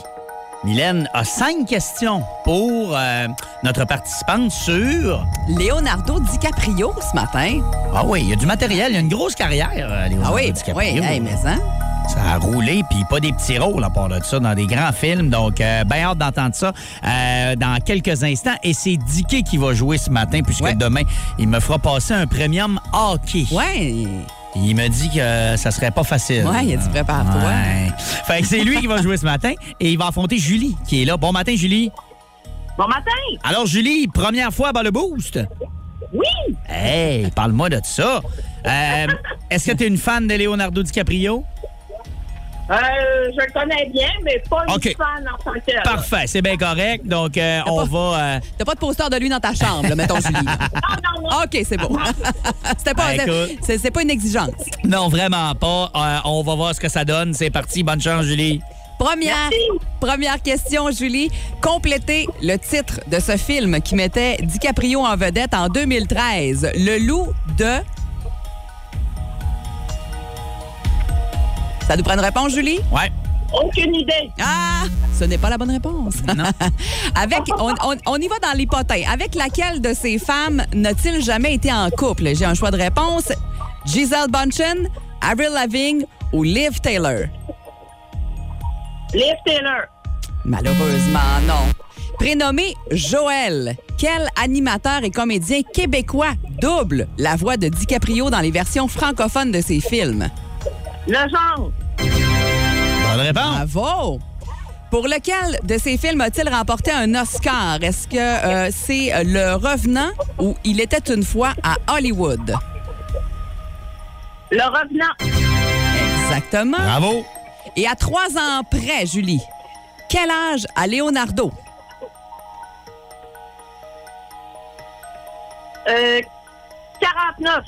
Speaker 1: Mylène a cinq questions pour euh, notre participante sur...
Speaker 3: Leonardo DiCaprio ce matin.
Speaker 1: Ah oui, il y a du matériel, il y a une grosse carrière, euh,
Speaker 3: Ah
Speaker 1: Leonardo
Speaker 3: oui, oui,
Speaker 1: DiCaprio.
Speaker 3: hey, mais hein?
Speaker 1: Ça a roulé, puis pas des petits rôles à part de ça, dans des grands films. Donc, euh, ben hâte d'entendre ça euh, dans quelques instants. Et c'est Dicky qui va jouer ce matin, puisque
Speaker 3: Ouais.
Speaker 1: demain, il me fera passer un premium hockey.
Speaker 3: Ouais,
Speaker 1: Il me dit que ça serait pas facile.
Speaker 3: ouais, il a dit prépare-toi.
Speaker 1: Ouais. Fait que c'est lui qui va jouer ce matin et il va affronter Julie qui est là. Bon matin, Julie.
Speaker 4: Bon matin!
Speaker 1: Alors, Julie, première fois dans le boost.
Speaker 4: Oui!
Speaker 1: Hey, parle-moi de ça. Euh, Est-ce que tu es une fan de Leonardo DiCaprio?
Speaker 4: Euh, je le connais bien, mais pas une
Speaker 1: Ok.
Speaker 4: fan en tant que.
Speaker 1: Parfait, c'est bien correct. Donc, euh, on va. euh,
Speaker 3: T'as pas de poster de lui dans ta chambre, là, mettons Julie.
Speaker 4: Ah, non, non.
Speaker 3: OK, c'est bon. [LAUGHS] C'était pas,
Speaker 1: Ben,
Speaker 3: c'est-
Speaker 1: écoute.
Speaker 3: c'est c'est pas une exigence.
Speaker 1: non, vraiment pas. Euh, on va voir ce que ça donne. C'est parti. Bonne chance, Julie.
Speaker 3: Première, première question, Julie. Complétez le titre de ce film qui mettait DiCaprio en vedette en 2013. Le loup de. Ça nous prend une réponse, Julie?
Speaker 1: Ouais.
Speaker 4: Aucune idée.
Speaker 3: Ah! Ce n'est pas la bonne réponse. [LAUGHS] Avec, on, on- on y va dans l'hypothèse. Avec laquelle de ces femmes n'a-t-il jamais été en couple? J'ai un choix de réponse. Giselle Bunchen, Avril Lavigne ou Liv Taylor?
Speaker 4: Liv Taylor.
Speaker 3: Malheureusement, non. Prénommé Joël, quel animateur et comédien québécois double la voix de DiCaprio dans les versions francophones de ses films?
Speaker 4: Le genre.
Speaker 1: Bonne réponse.
Speaker 3: Bravo! Pour lequel de ces films a-t-il remporté un Oscar? Est-ce que euh, c'est euh, Le Revenant ou Il était une fois à Hollywood?
Speaker 4: Le revenant.
Speaker 2: Ah.
Speaker 3: Exactement.
Speaker 1: Bravo.
Speaker 3: Et à trois ans près, Julie, quel âge a Leonardo?
Speaker 4: Euh, 49.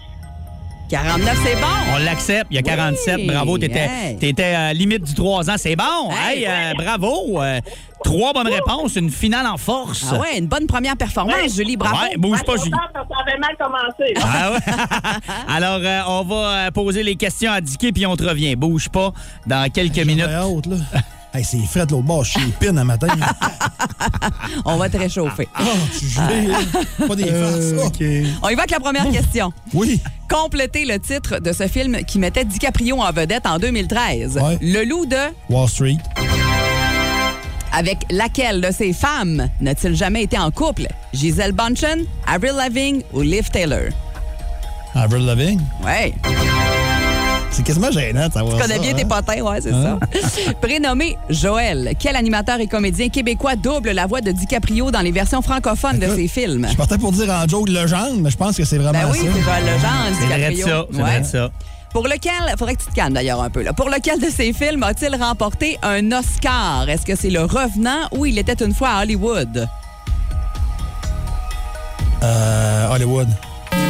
Speaker 3: 49, c'est bon!
Speaker 1: On l'accepte. Il y a 47.
Speaker 3: Oui.
Speaker 1: Bravo. T'étais
Speaker 3: Hey.
Speaker 1: t'étais, euh, limite du 3 ans. C'est bon. Hey,
Speaker 3: Hey.
Speaker 1: euh, bravo. Euh, trois bonnes réponses. Une finale en force.
Speaker 3: Ah ouais, une bonne première performance,
Speaker 4: Ouais.
Speaker 3: Julie, Ah, bravo!
Speaker 1: Ouais, bouge pas, Julie.
Speaker 4: Ça avait mal commencé.
Speaker 1: Ah ouais? [LAUGHS] Alors, euh, on va euh, poser les questions à Dicky, puis on te revient. Bouge pas dans quelques minutes.
Speaker 2: J'aurais hâte, là. Hey, c'est frais de l'autre bord, je suis pine un matin.
Speaker 3: On va te réchauffer.
Speaker 2: Oh, tu jouais, là. Pas des farces. oh.
Speaker 3: On y va avec la première question.
Speaker 2: Oui.
Speaker 3: Complétez le titre de ce film qui mettait DiCaprio en vedette en 2013.
Speaker 2: Ouais.
Speaker 3: Le loup de
Speaker 2: Wall Street.
Speaker 3: avec laquelle de ces femmes n'a-t-il jamais été en couple? Giselle Bunchen, Avril Lavigne ou Liv Taylor?
Speaker 2: Avril Lavigne.
Speaker 3: Ouais,
Speaker 2: C'est quasiment gênant de savoir
Speaker 3: tu connais
Speaker 2: ça,
Speaker 3: bien
Speaker 2: hein.
Speaker 3: tes potins, ouais, c'est
Speaker 2: Hein?
Speaker 1: [LAUGHS]
Speaker 3: ça. Prénommé Joël, quel animateur et comédien québécois double la voix de DiCaprio dans les versions francophones de
Speaker 2: Écoute,
Speaker 3: ses films?
Speaker 2: Je partais pour dire en joke le genre, mais je pense que c'est vraiment
Speaker 3: Ben oui,
Speaker 2: ça.
Speaker 3: c'est Joël Legendre,
Speaker 1: C'est vrai de
Speaker 3: DiCaprio.
Speaker 1: ça. C'est vrai
Speaker 3: Ouais.
Speaker 1: de ça.
Speaker 3: Pour lequel, faudrait que tu te calmes d'ailleurs un peu, là. Pour lequel de ces films a-t-il remporté un Oscar? Est-ce que c'est Le Revenant ou Il était une fois à Hollywood?
Speaker 2: Euh, Hollywood.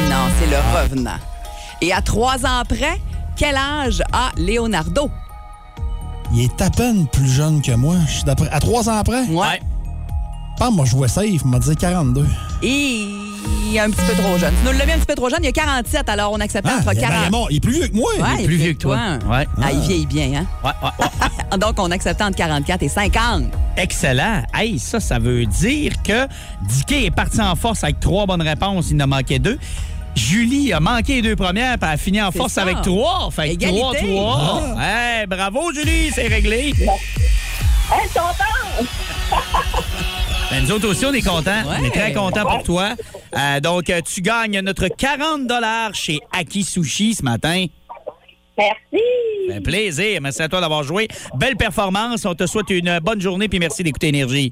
Speaker 3: Non, c'est Le Revenant. Et à trois ans près, quel âge a Leonardo?
Speaker 2: Il est à peine plus jeune que moi. Je suis d'après- à trois ans après.
Speaker 3: Ouais.
Speaker 2: Pas moi, je vois safe, il m'a dit 42.
Speaker 3: Et il est un petit peu trop jeune. Tu nous l'as mis un petit peu trop jeune. Il y a 47, alors on accepte
Speaker 2: Ah,
Speaker 3: entre
Speaker 2: ben,
Speaker 3: 40.
Speaker 2: Raymond, il est plus vieux que moi.
Speaker 3: Ouais,
Speaker 1: plus vieux que toi. Ouais.
Speaker 3: Ah, il vieillit bien, hein? [LAUGHS]
Speaker 1: Ouais, ouais, ouais.
Speaker 3: Donc, on accepte entre 44 et 50.
Speaker 1: Excellent. Hey, ça, ça veut dire que Dicky est parti en force avec trois bonnes réponses. Il en manquait deux. Julie a manqué les deux premières, puis elle a fini en
Speaker 3: C'est
Speaker 1: force
Speaker 3: ça.
Speaker 1: avec trois. Fait que
Speaker 3: Égalité. Ah.
Speaker 1: trois, trois. Hey, bravo, Julie, c'est réglé.
Speaker 4: Hey, content!
Speaker 1: [LAUGHS] Ben, nous autres aussi, on est contents.
Speaker 3: Ouais.
Speaker 1: On est très contents pour toi. Euh, donc, euh, tu gagnes notre 40 chez Aki Sushi ce matin.
Speaker 4: Merci!
Speaker 1: Un plaisir. Merci à toi d'avoir joué. Belle performance. On te souhaite une bonne journée puis merci d'écouter Énergie.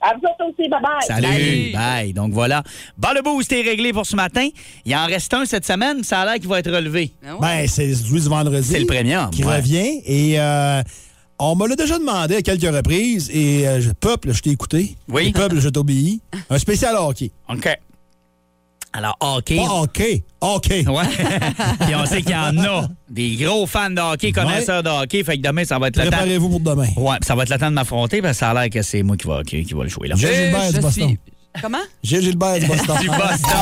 Speaker 4: À vous autres aussi, bye-bye.
Speaker 1: Salut. Bye. Donc voilà. Bon, le boost est réglé pour ce matin. Il en reste un cette semaine. Ça a l'air qu'il va être relevé.
Speaker 2: Ben, c'est lui du vendredi.
Speaker 1: Ah C'est le premium,
Speaker 2: Qui
Speaker 1: ouais.
Speaker 2: revient. Et euh, on me l'a déjà demandé à quelques reprises. Et euh, je- peuple, je t'ai écouté.
Speaker 1: Oui.
Speaker 2: Et Peuple, je t'obéis. Un spécial hockey.
Speaker 1: OK. Alors, hockey.
Speaker 2: Pas hockey. Hockey.
Speaker 1: Ouais. Puis on sait qu'il y en a. Des gros fans de hockey, connaisseurs de hockey. Fait que demain, ça va être le temps.
Speaker 2: Préparez-vous pour demain.
Speaker 1: Ouais, puis ça va être le temps de m'affronter parce que ça a l'air que c'est moi qui va, qui, qui va le jouer. Là.
Speaker 2: Gilles
Speaker 1: Eh,
Speaker 2: Gilbert du Boston.
Speaker 3: Comment?
Speaker 2: Gilles Gilbert du Boston.
Speaker 1: [LAUGHS] Du Boston.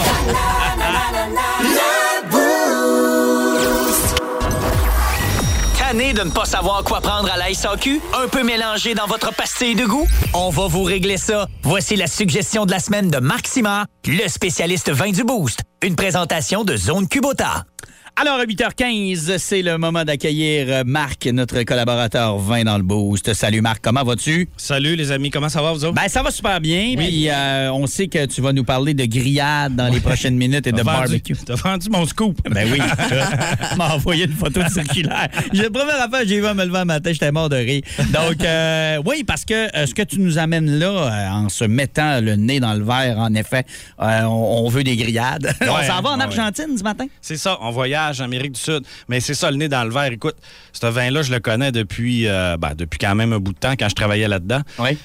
Speaker 10: Tanné de ne pas savoir quoi prendre à la SAQ? Un peu mélangé dans votre pastille de goût? On va vous régler ça. Voici la suggestion de la semaine de Marc Simard, le spécialiste vin du Boost. Une présentation de Zone Cubota.
Speaker 1: Alors, à 8h15, c'est le moment d'accueillir euh, Marc, notre collaborateur vin dans le boost. Salut Marc, comment vas-tu?
Speaker 11: Salut les amis, comment ça va vous autres?
Speaker 1: Ben, ça va super bien. Puis, euh, on sait que tu vas nous parler de grillade dans les prochaines minutes et de
Speaker 11: T'as vendu-
Speaker 1: barbecue.
Speaker 11: T'as vendu mon scoop.
Speaker 1: Ben oui. [LAUGHS] m'a envoyé une photo circulaire. J'ai- La première affaire, j'ai vu en me levant le matin, j'étais mort de rire. Donc, euh, oui, parce que euh, ce que tu nous amènes là, euh, en se mettant le nez dans le verre, en effet, euh, on, on veut des grillades. [LAUGHS] on
Speaker 11: Ouais,
Speaker 1: s'en va en
Speaker 11: ouais,
Speaker 1: Argentine ce matin?
Speaker 11: C'est ça, on voyage en Amérique du Sud. Mais c'est ça, le nez dans le verre. Écoute, ce vin-là, je le connais depuis, euh, ben, depuis quand même un bout de temps, quand je travaillais là-dedans.
Speaker 1: Oui.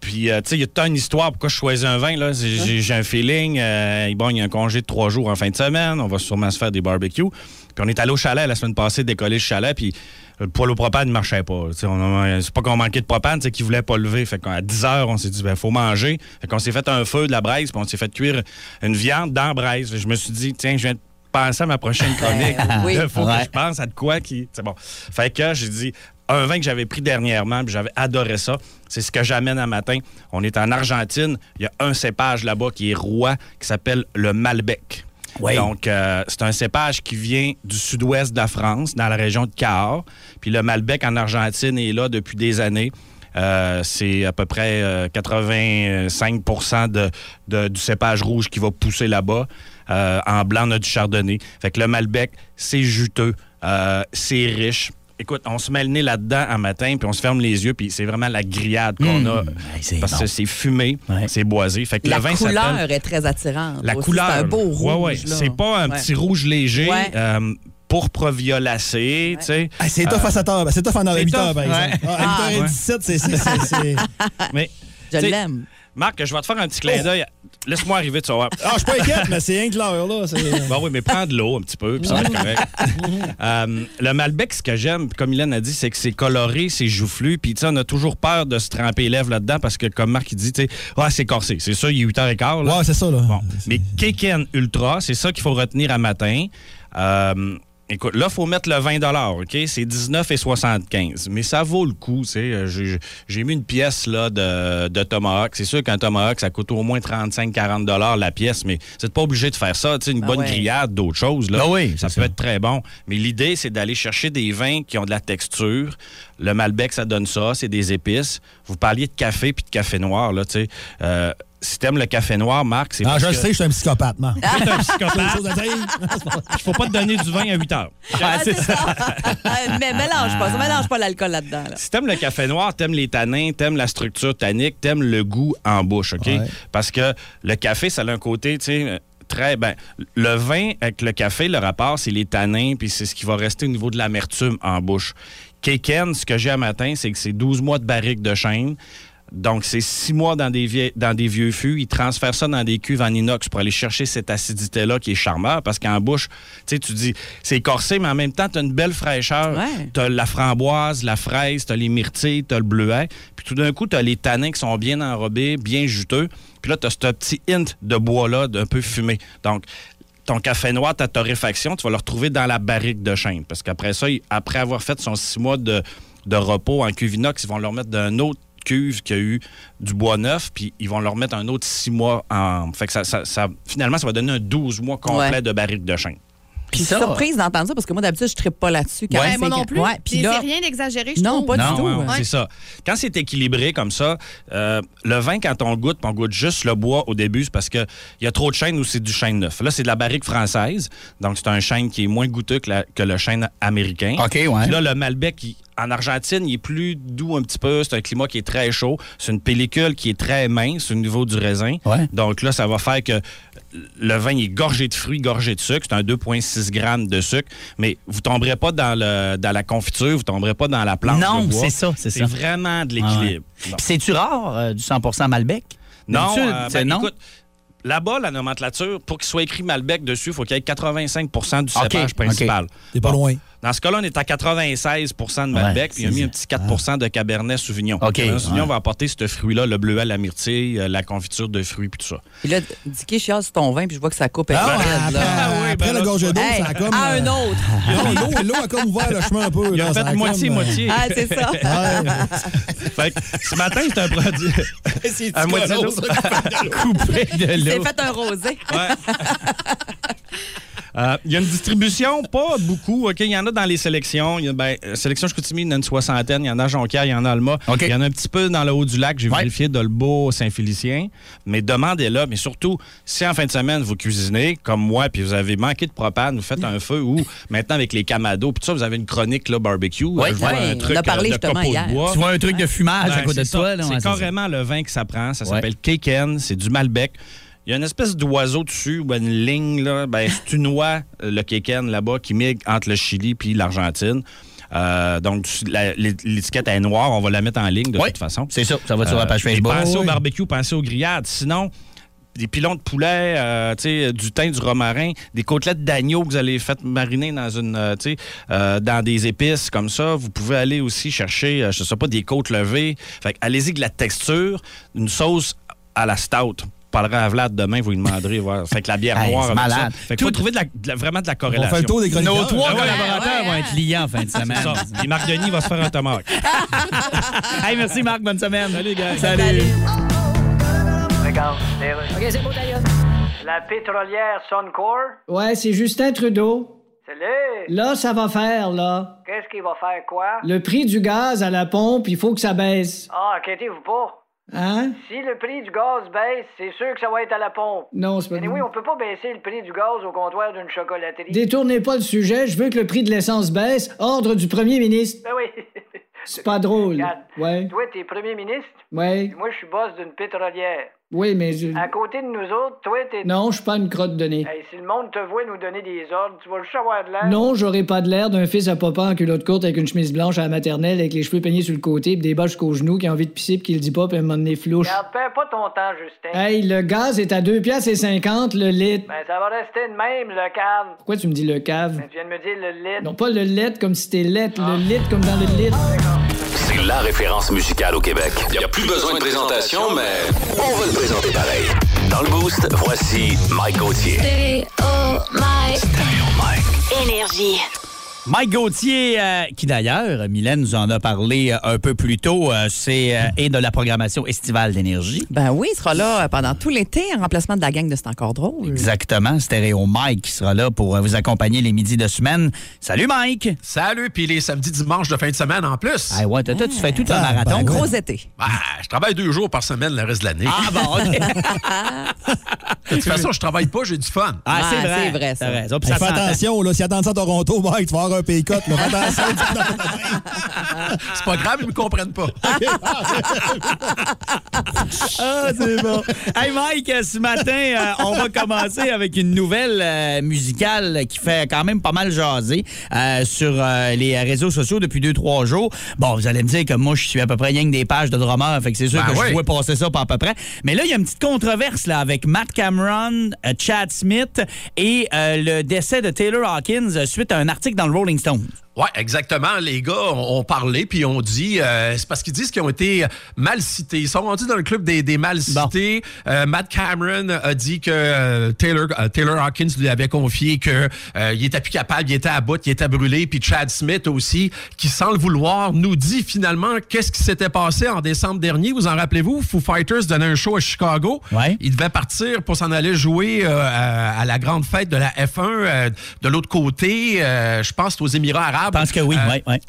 Speaker 11: Puis, euh, tu sais, il y a tant une histoire pourquoi je choisis un vin. là. J'ai- J'ai j'ai un feeling. euh, bon, il y a un congé de trois jours en fin de semaine. On va sûrement se faire des barbecues. Puis, on est allé au chalet la semaine passée, décoller le chalet. Puis, le poêle au propane ne marchait pas. Tu sais, on a- C'est pas qu'on manquait de propane, c'est qu'il voulait pas lever. Fait qu'à 10 heures, on s'est dit, ben, faut manger. Fait qu'on s'est fait un feu de la braise, puis on s'est fait cuire une viande dans la braise. Je me suis dit, tiens, je viens de penser à ma prochaine chronique.
Speaker 1: oui.
Speaker 11: Il faut
Speaker 1: Ouais.
Speaker 11: que je pense à de quoi qui. C'est bon. Fait que j'ai dit un vin que j'avais pris dernièrement, puis j'avais adoré ça. C'est ce que j'amène un matin. On est en Argentine. Il y a un cépage là-bas qui est roi, qui s'appelle le Malbec.
Speaker 1: Oui.
Speaker 11: Donc, euh, c'est un cépage qui vient du sud-ouest de la France, dans la région de Cahors. Puis le Malbec en Argentine est là depuis des années. Euh, c'est à peu près euh, 85 de, de- du cépage rouge qui va pousser là-bas. Euh, en blanc, on a du chardonnay. Fait que le Malbec, c'est juteux, euh, c'est riche. Écoute, on se met le nez là-dedans un matin, puis on se ferme les yeux, puis c'est vraiment la grillade qu'on a.
Speaker 1: c'est
Speaker 11: euh, parce
Speaker 1: bon.
Speaker 11: que c'est fumé, c'est boisé. Fait que
Speaker 3: La
Speaker 11: le vin s'appelle-
Speaker 3: couleur est très attirante.
Speaker 11: la
Speaker 3: aussi.
Speaker 11: couleur.
Speaker 3: C'est un beau rouge.
Speaker 11: Ouais, ouais.
Speaker 3: là.
Speaker 11: C'est pas un
Speaker 3: Ouais.
Speaker 11: petit rouge léger,
Speaker 3: Ouais.
Speaker 11: euh, pourpre violacé, tu sais.
Speaker 2: Ah, c'est tough
Speaker 11: Euh,
Speaker 2: à 7 heures. C'est tough en
Speaker 11: c'est
Speaker 2: 8 heures,
Speaker 11: tough,
Speaker 2: par exemple.
Speaker 11: ouais.
Speaker 2: Ah, à 8 h 17, c'est- c'est- c'est.
Speaker 1: [LAUGHS]
Speaker 2: c'est-
Speaker 11: Mais,
Speaker 3: Je
Speaker 11: tu sais,
Speaker 3: l'aime.
Speaker 11: Marc, je vais te faire un petit clin d'œil. Laisse-moi arriver, tu vas voir.
Speaker 2: Ah, je suis pas inquiète, mais c'est rien que l'heure, là. c'est-
Speaker 11: Ben oui, mais prends de l'eau un petit peu, puis ça va être
Speaker 3: [LAUGHS]
Speaker 11: correct. Euh, le Malbec, ce que j'aime, comme Hélène a dit, c'est que c'est coloré, c'est joufflu, puis tu sais, on a toujours peur de se tremper les lèvres là-dedans parce que, comme Marc, il dit, tu sais, ah, c'est corsé. C'est ça, il est 8h15. là.
Speaker 2: Ouais, c'est ça, là.
Speaker 11: Bon. Mais Keken Ultra, c'est ça qu'il faut retenir à matin. Euh, écoute, là, il faut mettre le 20 OK? C'est 19,75 Mais ça vaut le coup, tu sais. Euh, J'ai j'ai mis une pièce là, de, de Tomahawk. C'est sûr qu'un Tomahawk, ça coûte au moins 35-40 la pièce, mais c'est pas obligé de faire ça. Tu sais, une
Speaker 3: Ah
Speaker 11: bonne
Speaker 3: ouais.
Speaker 11: grillade, d'autres choses. Là,
Speaker 1: Ah oui,
Speaker 11: ça peut
Speaker 1: c'est ça.
Speaker 11: être très bon. Mais l'idée, c'est d'aller chercher des vins qui ont de la texture. Le Malbec, ça donne ça. C'est des épices. Vous parliez de café puis de café noir, là, tu sais. Euh, si t'aimes le café noir, Marc, c'est
Speaker 2: Ah,
Speaker 11: parce
Speaker 2: je le
Speaker 11: que-
Speaker 2: sais, je suis un psychopathe, man.
Speaker 11: T'es un psychopathe.
Speaker 2: Chose à dire.
Speaker 11: Il faut pas te donner du vin à 8 [LAUGHS] heures.
Speaker 3: Ah, c'est ça. [LAUGHS] Mais mélange pas. ça, Mélange pas l'alcool là-dedans. là.
Speaker 11: Si t'aimes le café noir, t'aimes les tanins, t'aimes la structure tannique, t'aimes le goût en bouche, OK?
Speaker 2: Ouais.
Speaker 11: Parce que le café, ça a un côté, tu sais, euh, très... Ben, le vin avec le café, le rapport, c'est les tanins, puis c'est ce qui va rester au niveau de l'amertume en bouche. Keken, ce que j'ai à matin, c'est que c'est 12 mois de barrique de chêne. Donc, c'est six mois dans des, vieilles- dans des vieux fûts. Ils transfèrent ça dans des cuves en inox pour aller chercher cette acidité-là qui est charmeur. Parce qu'en bouche, tu sais, tu dis, c'est corsé, mais en même temps, tu as une belle fraîcheur.
Speaker 3: Ouais.
Speaker 11: T'as la framboise, la fraise, t'as les myrtilles, t'as le bleuet. Puis tout d'un coup, t'as les tanins qui sont bien enrobés, bien juteux. Puis là, t'as ce petit hint de bois-là, d'un peu fumé. Donc, ton café noir, ta torréfaction, tu vas le retrouver dans la barrique de chêne. Parce qu'après ça, il- après avoir fait son six mois de, de repos en cuve inox, ils vont le remettre d'un autre cuve qui a eu du bois neuf, puis ils vont leur mettre un autre six mois en... Fait que ça, ça- ça- finalement, ça va donner un 12 mois complet
Speaker 3: Ouais.
Speaker 11: de barrique de chêne.
Speaker 3: Puis Puis je suis
Speaker 1: ça.
Speaker 3: surprise d'entendre ça parce que moi, d'habitude, je ne trippe pas là-dessus. quand
Speaker 9: Ouais.
Speaker 3: c'est-
Speaker 9: moi non plus.
Speaker 3: Ouais, puis
Speaker 9: Puis
Speaker 3: là,
Speaker 9: c'est rien d'exagéré, je
Speaker 3: Non,
Speaker 9: trouve.
Speaker 3: pas du
Speaker 11: non,
Speaker 3: tout.
Speaker 11: ouais, ouais,
Speaker 3: Ouais.
Speaker 11: C'est ça. Quand c'est équilibré comme ça, euh, le vin, quand on le goûte, puis on goûte juste le bois au début, c'est parce qu'il y a trop de chênes ou c'est du chêne neuf. Là, c'est de la barrique française. Donc, c'est un chêne qui est moins goûteux que, la- que le chêne américain.
Speaker 1: OK, ouais.
Speaker 11: Puis là, le Malbec, il- en Argentine, il est plus doux un petit peu. C'est un climat qui est très chaud. C'est une pellicule qui est très mince au niveau du raisin. Donc là, ça va faire que le vin il est gorgé de fruits, gorgé de sucre. C'est un 2,6 grammes de sucre. Mais vous tomberez pas dans, le, dans la confiture, vous tomberez pas dans la planche
Speaker 1: Non,
Speaker 11: de bois.
Speaker 1: c'est ça, c'est ça. Ah,
Speaker 11: vraiment de l'équilibre.
Speaker 1: Puis C'est-tu rare, euh, du 100 Malbec?
Speaker 11: Non,
Speaker 1: D'habitude,
Speaker 11: euh,
Speaker 1: c'est
Speaker 11: ben,
Speaker 1: non?
Speaker 11: écoute, là-bas, la nomenclature, pour qu'il soit écrit Malbec dessus, faut il faut qu'il y ait 85 du
Speaker 1: OK,
Speaker 11: cépage
Speaker 1: OK.
Speaker 11: principal.
Speaker 2: T'es pas loin.
Speaker 11: Dans ce cas-là, on est à 96 de Malbec, puis il a mis un petit 4 de Cabernet Sauvignon. Cabernet Sauvignon
Speaker 1: ouais.
Speaker 11: va apporter ce fruit-là, le bleuet, la myrtille, euh, la confiture de fruits, puis tout ça.
Speaker 3: Puis là, Dicky chiale sur ton vin, puis je vois que ça coupe.
Speaker 11: Ah,
Speaker 3: elle est raide, là.
Speaker 2: Euh, Après la gorgée d'eau,
Speaker 3: Hey,
Speaker 2: ça a comme.
Speaker 3: à un autre.
Speaker 2: Non, l'eau- L'eau a comme ouvert le chemin un peu.
Speaker 11: Il a
Speaker 2: là,
Speaker 11: fait
Speaker 2: ça
Speaker 1: ben,
Speaker 2: a comme, euh,
Speaker 11: moitié-moitié.
Speaker 3: Ah, c'est [LAUGHS] ça.
Speaker 11: Fait que ce matin, c'est un produit.
Speaker 2: C'est
Speaker 11: un moitié d'eau. [LAUGHS] Coupé de
Speaker 3: Il s'est
Speaker 11: l'eau.
Speaker 3: fait un rosé.
Speaker 11: Euh, Il y a une distribution, pas beaucoup. OK, il y en a dans les sélections. Il y a, ben, euh, sélection Chicoutimi, il y en a une soixantaine. Il y en a à Jonquière, il y en a à Alma. Il y en a un petit peu dans le haut du lac. J'ai vérifié Dolbeau, Saint-Félicien. Mais demandez-la. Mais surtout, si en fin de semaine, vous cuisinez, comme moi, puis vous avez manqué de propane, vous faites un feu ou maintenant avec les camados, puis tout ça, vous avez une chronique là, barbecue.
Speaker 1: Oui,
Speaker 11: Je vois
Speaker 1: oui.
Speaker 11: un
Speaker 1: On
Speaker 11: truc,
Speaker 1: a parlé
Speaker 11: euh, de
Speaker 1: justement
Speaker 11: copeaux de
Speaker 1: hier.
Speaker 11: bois.
Speaker 1: Tu vois un truc de fumage à
Speaker 11: Ouais,
Speaker 1: côté de
Speaker 11: c'est
Speaker 1: toi,
Speaker 11: ça.
Speaker 1: là, ouais, c'est
Speaker 11: C'est
Speaker 1: ça.
Speaker 11: carrément le vin que ça prend. Ça s'appelle Keiken. C'est du Malbec. Il y a une espèce d'oiseau dessus ou une ligne.
Speaker 1: [LAUGHS]
Speaker 11: Là. Ben, c'est une noix, euh, le Keiken, là-bas, qui migre entre le Chili puis l'Argentine. Euh, donc, la- l'étiquette est noire. On va la mettre en ligne de
Speaker 1: Oui,
Speaker 11: toute façon.
Speaker 1: c'est ça. Ça va sur la page
Speaker 11: mais
Speaker 1: Facebook.
Speaker 11: Pensez
Speaker 1: Oui.
Speaker 11: au barbecue, pensez aux grillades. Sinon, des pilons de poulet, euh, tu sais, du thym, du romarin, des côtelettes d'agneau que vous allez faire mariner dans une, euh, tu sais, euh, dans des épices comme ça. Vous pouvez aller aussi chercher, euh, je sais pas, des côtes levées. Fait que allez-y de la texture, une sauce à la stout. Vous parlerez à Vlad demain, vous lui demanderez. voir. Fait que la
Speaker 1: [LAUGHS]
Speaker 11: bière
Speaker 1: Hey,
Speaker 11: noire,
Speaker 1: c'est
Speaker 11: avec ça.
Speaker 1: malade.
Speaker 11: Fait que faut trouver de la- de la- vraiment de la corrélation.
Speaker 2: On fait le tour des chroniqueurs.
Speaker 11: Nos trois
Speaker 2: Ah ouais,
Speaker 1: collaborateurs vont être liés en fin de semaine.
Speaker 11: C'est ça. Puis Marc Denis va se faire un tomahawk.
Speaker 1: [LAUGHS] hey, merci Marc, bonne semaine. Salut, gars.
Speaker 11: Salut.
Speaker 12: La pétrolière Suncor,
Speaker 5: Ouais, c'est Justin Trudeau.
Speaker 12: c'est lui.
Speaker 5: Là, ça va faire, là.
Speaker 12: Qu'est-ce qu'il va faire quoi?
Speaker 5: Le prix du gaz à la pompe, il faut que ça baisse.
Speaker 12: Ah, inquiétez-vous pas.
Speaker 5: Hein?
Speaker 12: Si le prix du gaz baisse, c'est sûr que ça va être à la pompe.
Speaker 5: Non, c'est pas...
Speaker 12: Mais oui, on peut pas baisser le prix du gaz au comptoir d'une chocolaterie.
Speaker 5: Détournez pas le sujet, je veux que le prix de l'essence baisse. Ordre du premier ministre.
Speaker 12: Ben oui.
Speaker 5: C'est pas drôle.
Speaker 12: Regarde,
Speaker 5: Ouais.
Speaker 12: [LAUGHS] Toi, t'es premier ministre.
Speaker 5: Ouais.
Speaker 12: puis Moi, je suis boss d'une pétrolière.
Speaker 5: Oui, mais... je-
Speaker 12: À côté de nous autres, toi, t'es.
Speaker 5: Non, je suis pas une crotte de nez.
Speaker 12: Ah. Hey, si le monde te voit nous donner des ordres, tu vas juste avoir de l'air.
Speaker 5: Non, j'aurais pas de l'air d'un fils à papa en culotte courte avec une chemise blanche à la maternelle avec les cheveux peignés sur le côté puis des bas jusqu'aux genoux qui a envie de pisser puis qui le dit pas puis à un moment donné flouche.
Speaker 12: Regarde, perds pas ton temps, Justin.
Speaker 5: Hey, le gaz est à 2 piastres et 50 le litre.
Speaker 12: Ben, ça va rester de même, le cave. Ben,
Speaker 5: Pourquoi tu me dis le cave?
Speaker 12: Tu viens de me dire le Ah. lit.
Speaker 5: Non, pas le litre comme si t'es lettre, le litre comme dans le litre.
Speaker 7: C'est la référence musicale au Québec. Il n'y a plus besoin de présentation, mais on va le présenter pareil. Dans le Boost, voici Mike Gauthier.
Speaker 8: Oh, Énergie.
Speaker 1: Mike Gauthier, euh, qui d'ailleurs, euh, Mylène nous en a parlé euh, un peu plus tôt, euh, c'est euh, et de la programmation estivale d'énergie.
Speaker 3: Ben oui, il sera là euh, pendant tout l'été en remplacement de la gang de C'est encore drôle.
Speaker 1: Exactement, Stéréo Mike qui sera là pour euh, vous accompagner les midis de semaine. Salut Mike!
Speaker 13: Salut, puis les samedis, dimanches de fin de semaine en plus.
Speaker 1: Ah ben ouais, t'as- t'as- tu fais tout un marathon.
Speaker 3: Gros été.
Speaker 13: Bah, je travaille deux jours par semaine le reste de l'année.
Speaker 1: Ah bon, [LAUGHS] OK.
Speaker 13: De toute façon, je travaille pas, j'ai du fun.
Speaker 1: Ah, c'est vrai. T'as raison. Puis
Speaker 2: Hey,
Speaker 1: ça
Speaker 2: fais
Speaker 1: s'entend.
Speaker 2: attention, là, si attends ça à Toronto, Mike, tu vas avoir un pécote. là. Fais attention.
Speaker 13: C'est pas grave, ils me comprennent pas.
Speaker 1: Ah, c'est bon. Hey Mike, euh, ce matin, euh, on va commencer avec une nouvelle euh, musicale qui fait quand même pas mal jaser euh, sur euh, les réseaux sociaux depuis deux, trois jours. Bon, vous allez me dire que moi, je suis à peu près rien que des pages de drummers, fait que c'est sûr
Speaker 13: Ben
Speaker 1: que
Speaker 13: oui.
Speaker 1: je vois passer ça pas à peu près. Mais là, il y a une petite controverse là, avec Matt Cameron, euh, Chad Smith et euh, le décès de Taylor Hawkins euh, suite à un article dans le Rolling Stone.
Speaker 13: Oui, exactement. Les gars ont, ont parlé, puis ont dit, euh, c'est parce qu'ils disent qu'ils ont été mal cités. Ils sont rendus dans le club des, des mal cités. Euh, Matt Cameron a dit que euh, Taylor, euh, Taylor Hawkins lui avait confié que euh, il était plus capable, il était à bout, il était brûlé. Puis Chad Smith aussi, qui sans le vouloir, nous dit finalement qu'est-ce qui s'était passé en décembre dernier. Vous en rappelez-vous? Foo Fighters donnait un show à Chicago. Il devait partir pour s'en aller jouer euh, à, à la grande fête de la F1 euh, de l'autre côté. euh, je pense que c'est aux Émirats arabes. Je pense que euh, oui,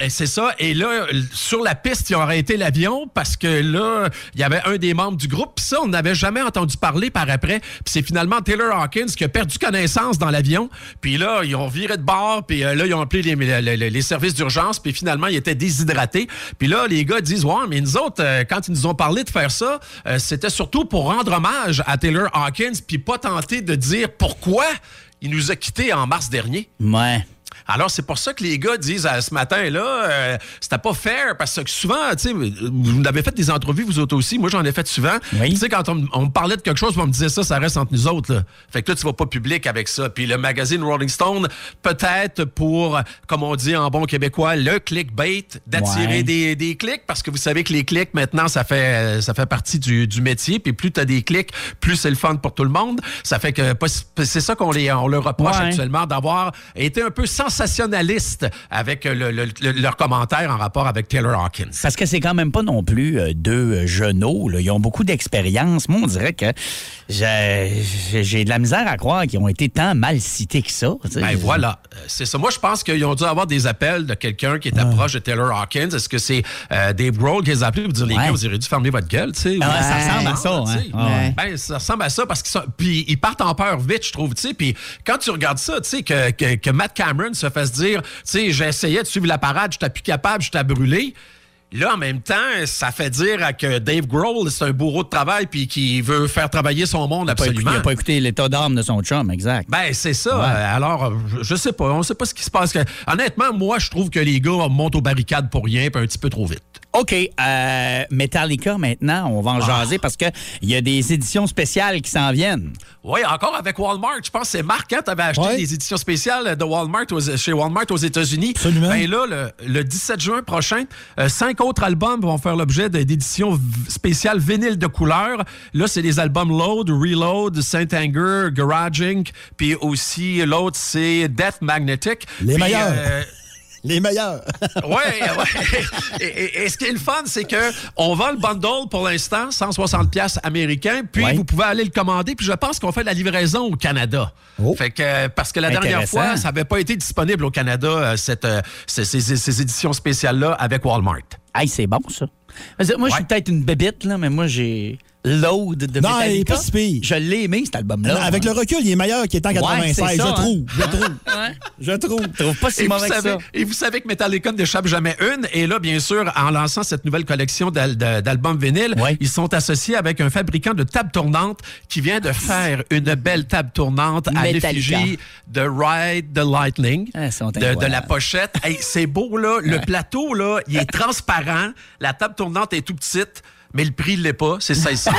Speaker 13: C'est ça. Et là, l- sur la piste, il aurait été l'avion parce que là, il y avait un des membres du groupe. Puis ça, on n'avait jamais entendu parler par après. Puis c'est finalement Taylor Hawkins qui a perdu connaissance dans l'avion. Puis là, ils ont viré de bord. Puis euh, là, ils ont appelé les, les- les- les services d'urgence. Puis finalement, il était déshydraté. Puis là, les gars disent, ouais, mais nous autres, euh, quand ils nous ont parlé de faire ça, euh, c'était surtout pour rendre hommage à Taylor Hawkins. Puis pas tenter de dire pourquoi il nous a quittés en mars dernier.
Speaker 1: Ouais.
Speaker 13: Alors, c'est pour ça que les gars disent euh, ce matin-là, euh, c'était pas fair, parce que souvent, tu sais, vous avez fait des entrevues, vous autres aussi, moi j'en ai fait souvent. Tu sais, quand on, me- on me parlait de quelque chose, on me disait ça, ça reste entre nous autres. là. Fait que là, tu vas pas public avec ça. Puis le magazine Rolling Stone, peut-être pour, comme on dit en bon québécois, le clickbait, d'attirer
Speaker 1: Ouais.
Speaker 13: des, des clics, parce que vous savez que les clics, maintenant, ça fait, euh, ça fait partie du, du métier. Puis plus tu as des clics, plus c'est le fun pour tout le monde. Ça fait que pas- c'est ça qu'on les, on leur reproche
Speaker 1: Ouais.
Speaker 13: actuellement actuellement d'avoir été un peu sensationnaliste avec le- le- le- leurs commentaires en rapport avec Taylor Hawkins.
Speaker 1: Parce que c'est quand même pas non plus euh, deux euh, jeuneaux. là. Ils ont beaucoup d'expérience. Moi, on dirait que j'ai j'ai de la misère à croire qu'ils ont été tant mal cités que ça. tu sais.
Speaker 13: Ben voilà, Euh, c'est ça. Moi, je pense qu'ils ont dû avoir des appels de quelqu'un qui
Speaker 1: Ah.
Speaker 13: était proche de Taylor Hawkins. Est-ce que c'est euh, Dave Grohl qui les a appelés pour dire les gars, vous auriez dû fermer votre gueule, tu sais?
Speaker 1: Ah ouais, ça
Speaker 13: Ou-
Speaker 1: ressemble à ça, hein?
Speaker 13: tu sais.
Speaker 1: Ouais.
Speaker 13: Ben, ça ressemble à ça parce qu'ils sont- puis ils partent en peur vite, je trouve, tu sais. Puis quand tu regardes ça, tu sais, que, que, que Matt Cameron se fasse dire, tu sais, j'essayais de suivre la parade, j'étais plus capable, j'étais brûlé. Là, en même temps, ça fait dire à que Dave Grohl, c'est un bourreau de travail puis qui veut faire travailler son monde
Speaker 1: Pas écouté-
Speaker 13: absolument.
Speaker 1: il a pas écouté l'état d'âme de son chum, exact.
Speaker 13: Ben, c'est ça. Euh, Alors, euh, je- je sais pas. On sait pas ce qui se passe. Que- Honnêtement, moi, je trouve que les gars montent aux barricades pour rien puis un petit peu trop vite.
Speaker 1: OK. euh, Metallica, maintenant, on va en jaser parce qu'il y a des éditions spéciales qui s'en viennent.
Speaker 13: Oui, encore avec Walmart. Je pense que c'est Marc, hein, t'avais acheté des éditions spéciales de Walmart aux- chez Walmart aux États-Unis. Absolument. Ben là, le, le 17 juin prochain, euh, cinq autres albums vont faire l'objet de- d'éditions v- spéciales vinyle de couleur. Là, c'est les albums Load, Reload, Saint Anger, Garage Inc. Puis aussi, l'autre, c'est Death Magnetic.
Speaker 2: Les
Speaker 13: Puis,
Speaker 2: meilleurs.
Speaker 13: euh, [LAUGHS]
Speaker 2: Les meilleurs.
Speaker 13: Oui, ouais. Et, et- et ce qui est le fun, c'est que on vend le bundle pour l'instant, 160 pièces américains, puis vous pouvez aller le commander, puis je pense qu'on fait de la livraison au Canada. Fait que euh, parce que la dernière
Speaker 1: Intéressant.
Speaker 13: fois, ça n'avait pas été disponible au Canada euh, cette, euh, ces, ces- ces- ces éditions spéciales là avec Walmart.
Speaker 1: Hey, c'est bon, ça. Parce que Moi, je suis peut-être une bébite, là, mais moi, j'ai load de
Speaker 2: Non, il est
Speaker 1: Metallica.
Speaker 2: pas si pire.
Speaker 1: Je l'ai aimé, cet album-là.
Speaker 2: Avec le recul, il est meilleur qu'il est en
Speaker 1: Ouais,
Speaker 2: 96.
Speaker 1: c'est
Speaker 2: je
Speaker 1: ça, hein.
Speaker 2: trouve. Je
Speaker 1: Hein?
Speaker 2: trouve. Je trouve. Je
Speaker 1: trouve pas
Speaker 13: Et vous, savez, et vous savez que Metallica n'échappe jamais une. Et là, bien sûr, en lançant cette nouvelle collection d'al- de- d'albums vinyles, ils sont associés avec un fabricant de tables tournantes qui vient de faire une belle table tournante à
Speaker 1: Metallica. Ah,
Speaker 13: l'effigie de Ride the Lightning,
Speaker 1: sont
Speaker 13: de, de la
Speaker 1: incroyables.
Speaker 13: pochette. Hey, C'est beau, là. Le plateau, là, il est transparent. La table tournante est tout petite, mais le prix ne l'est pas. C'est
Speaker 1: [LAUGHS]
Speaker 13: 1600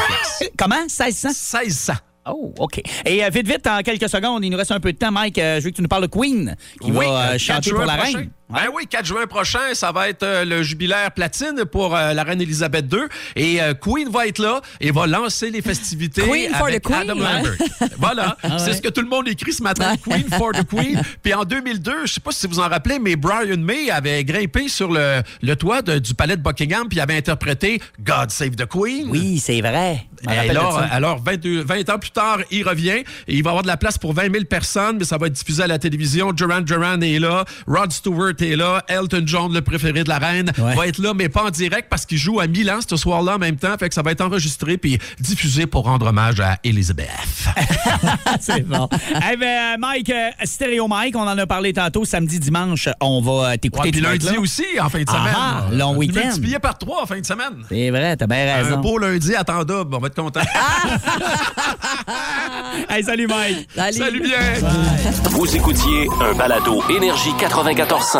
Speaker 1: Comment? 1600?
Speaker 13: 1600.
Speaker 1: Oh, OK. Et euh, vite, vite, en quelques secondes, il nous reste un peu de temps, Mike. euh, je veux que tu nous parles de Queen, qui va euh,
Speaker 13: 4
Speaker 1: chanter
Speaker 13: juin
Speaker 1: pour la
Speaker 13: prochain.
Speaker 1: reine.
Speaker 13: Ben oui, 4 juin prochain, ça va être euh, le jubilaire platine pour euh, la reine Elisabeth II. Et euh, Queen va être là et va lancer les festivités
Speaker 3: Queen for
Speaker 13: avec
Speaker 3: the Queen,
Speaker 13: Adam
Speaker 3: hein?
Speaker 13: Lambert.
Speaker 3: [LAUGHS]
Speaker 13: Voilà,
Speaker 3: Ah
Speaker 13: c'est
Speaker 3: ouais.
Speaker 13: ce que tout le monde écrit ce matin, Queen for the
Speaker 3: [LAUGHS]
Speaker 13: Queen. Puis en 2002, je sais pas si vous en rappelez, mais Brian May avait grimpé sur le, le toit de- du palais de Buckingham puis avait interprété God Save the Queen.
Speaker 1: Oui, c'est vrai. Je me
Speaker 13: Et
Speaker 1: rappelle de
Speaker 13: alors, euh,
Speaker 1: ça. [LAUGHS]
Speaker 13: alors 22 20 ans plus tard, il revient et il va avoir de la place pour 20 000 personnes, mais ça va être diffusé à la télévision. Duran Duran est là, Rod Stewart est là, Elton John, le préféré de la reine, va être là, mais pas en direct parce qu'il joue à Milan ce soir-là en même temps. Fait que ça va être enregistré puis diffusé pour rendre hommage à Elizabeth.
Speaker 1: Ah, c'est bon. Eh ben, euh, Mike, euh, Stéréo Mike, on en a parlé tantôt. Samedi, dimanche, on va euh, t'écouter.
Speaker 13: Ouais, puis
Speaker 1: tu vas être
Speaker 13: lundi
Speaker 1: là.
Speaker 13: aussi, en fin de
Speaker 1: Ah,
Speaker 13: semaine.
Speaker 1: ah, long
Speaker 13: Tu
Speaker 1: week-end.
Speaker 13: multiplié par trois en fin de semaine.
Speaker 1: C'est vrai, t'as bien
Speaker 13: Un
Speaker 1: raison. Ah!
Speaker 13: beau lundi à temps double, on va être content. [LAUGHS]
Speaker 1: hey, salut Mike.
Speaker 3: Salut,
Speaker 13: bien.
Speaker 7: Vous écoutiez un balado Énergie 94.5.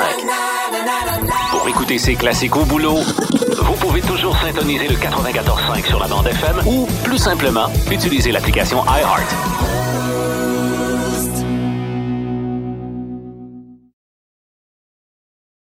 Speaker 7: Pour écouter ces classiques au boulot, vous pouvez toujours syntoniser le 94.5 sur la bande FM ou, plus simplement, utiliser l'application iHeart.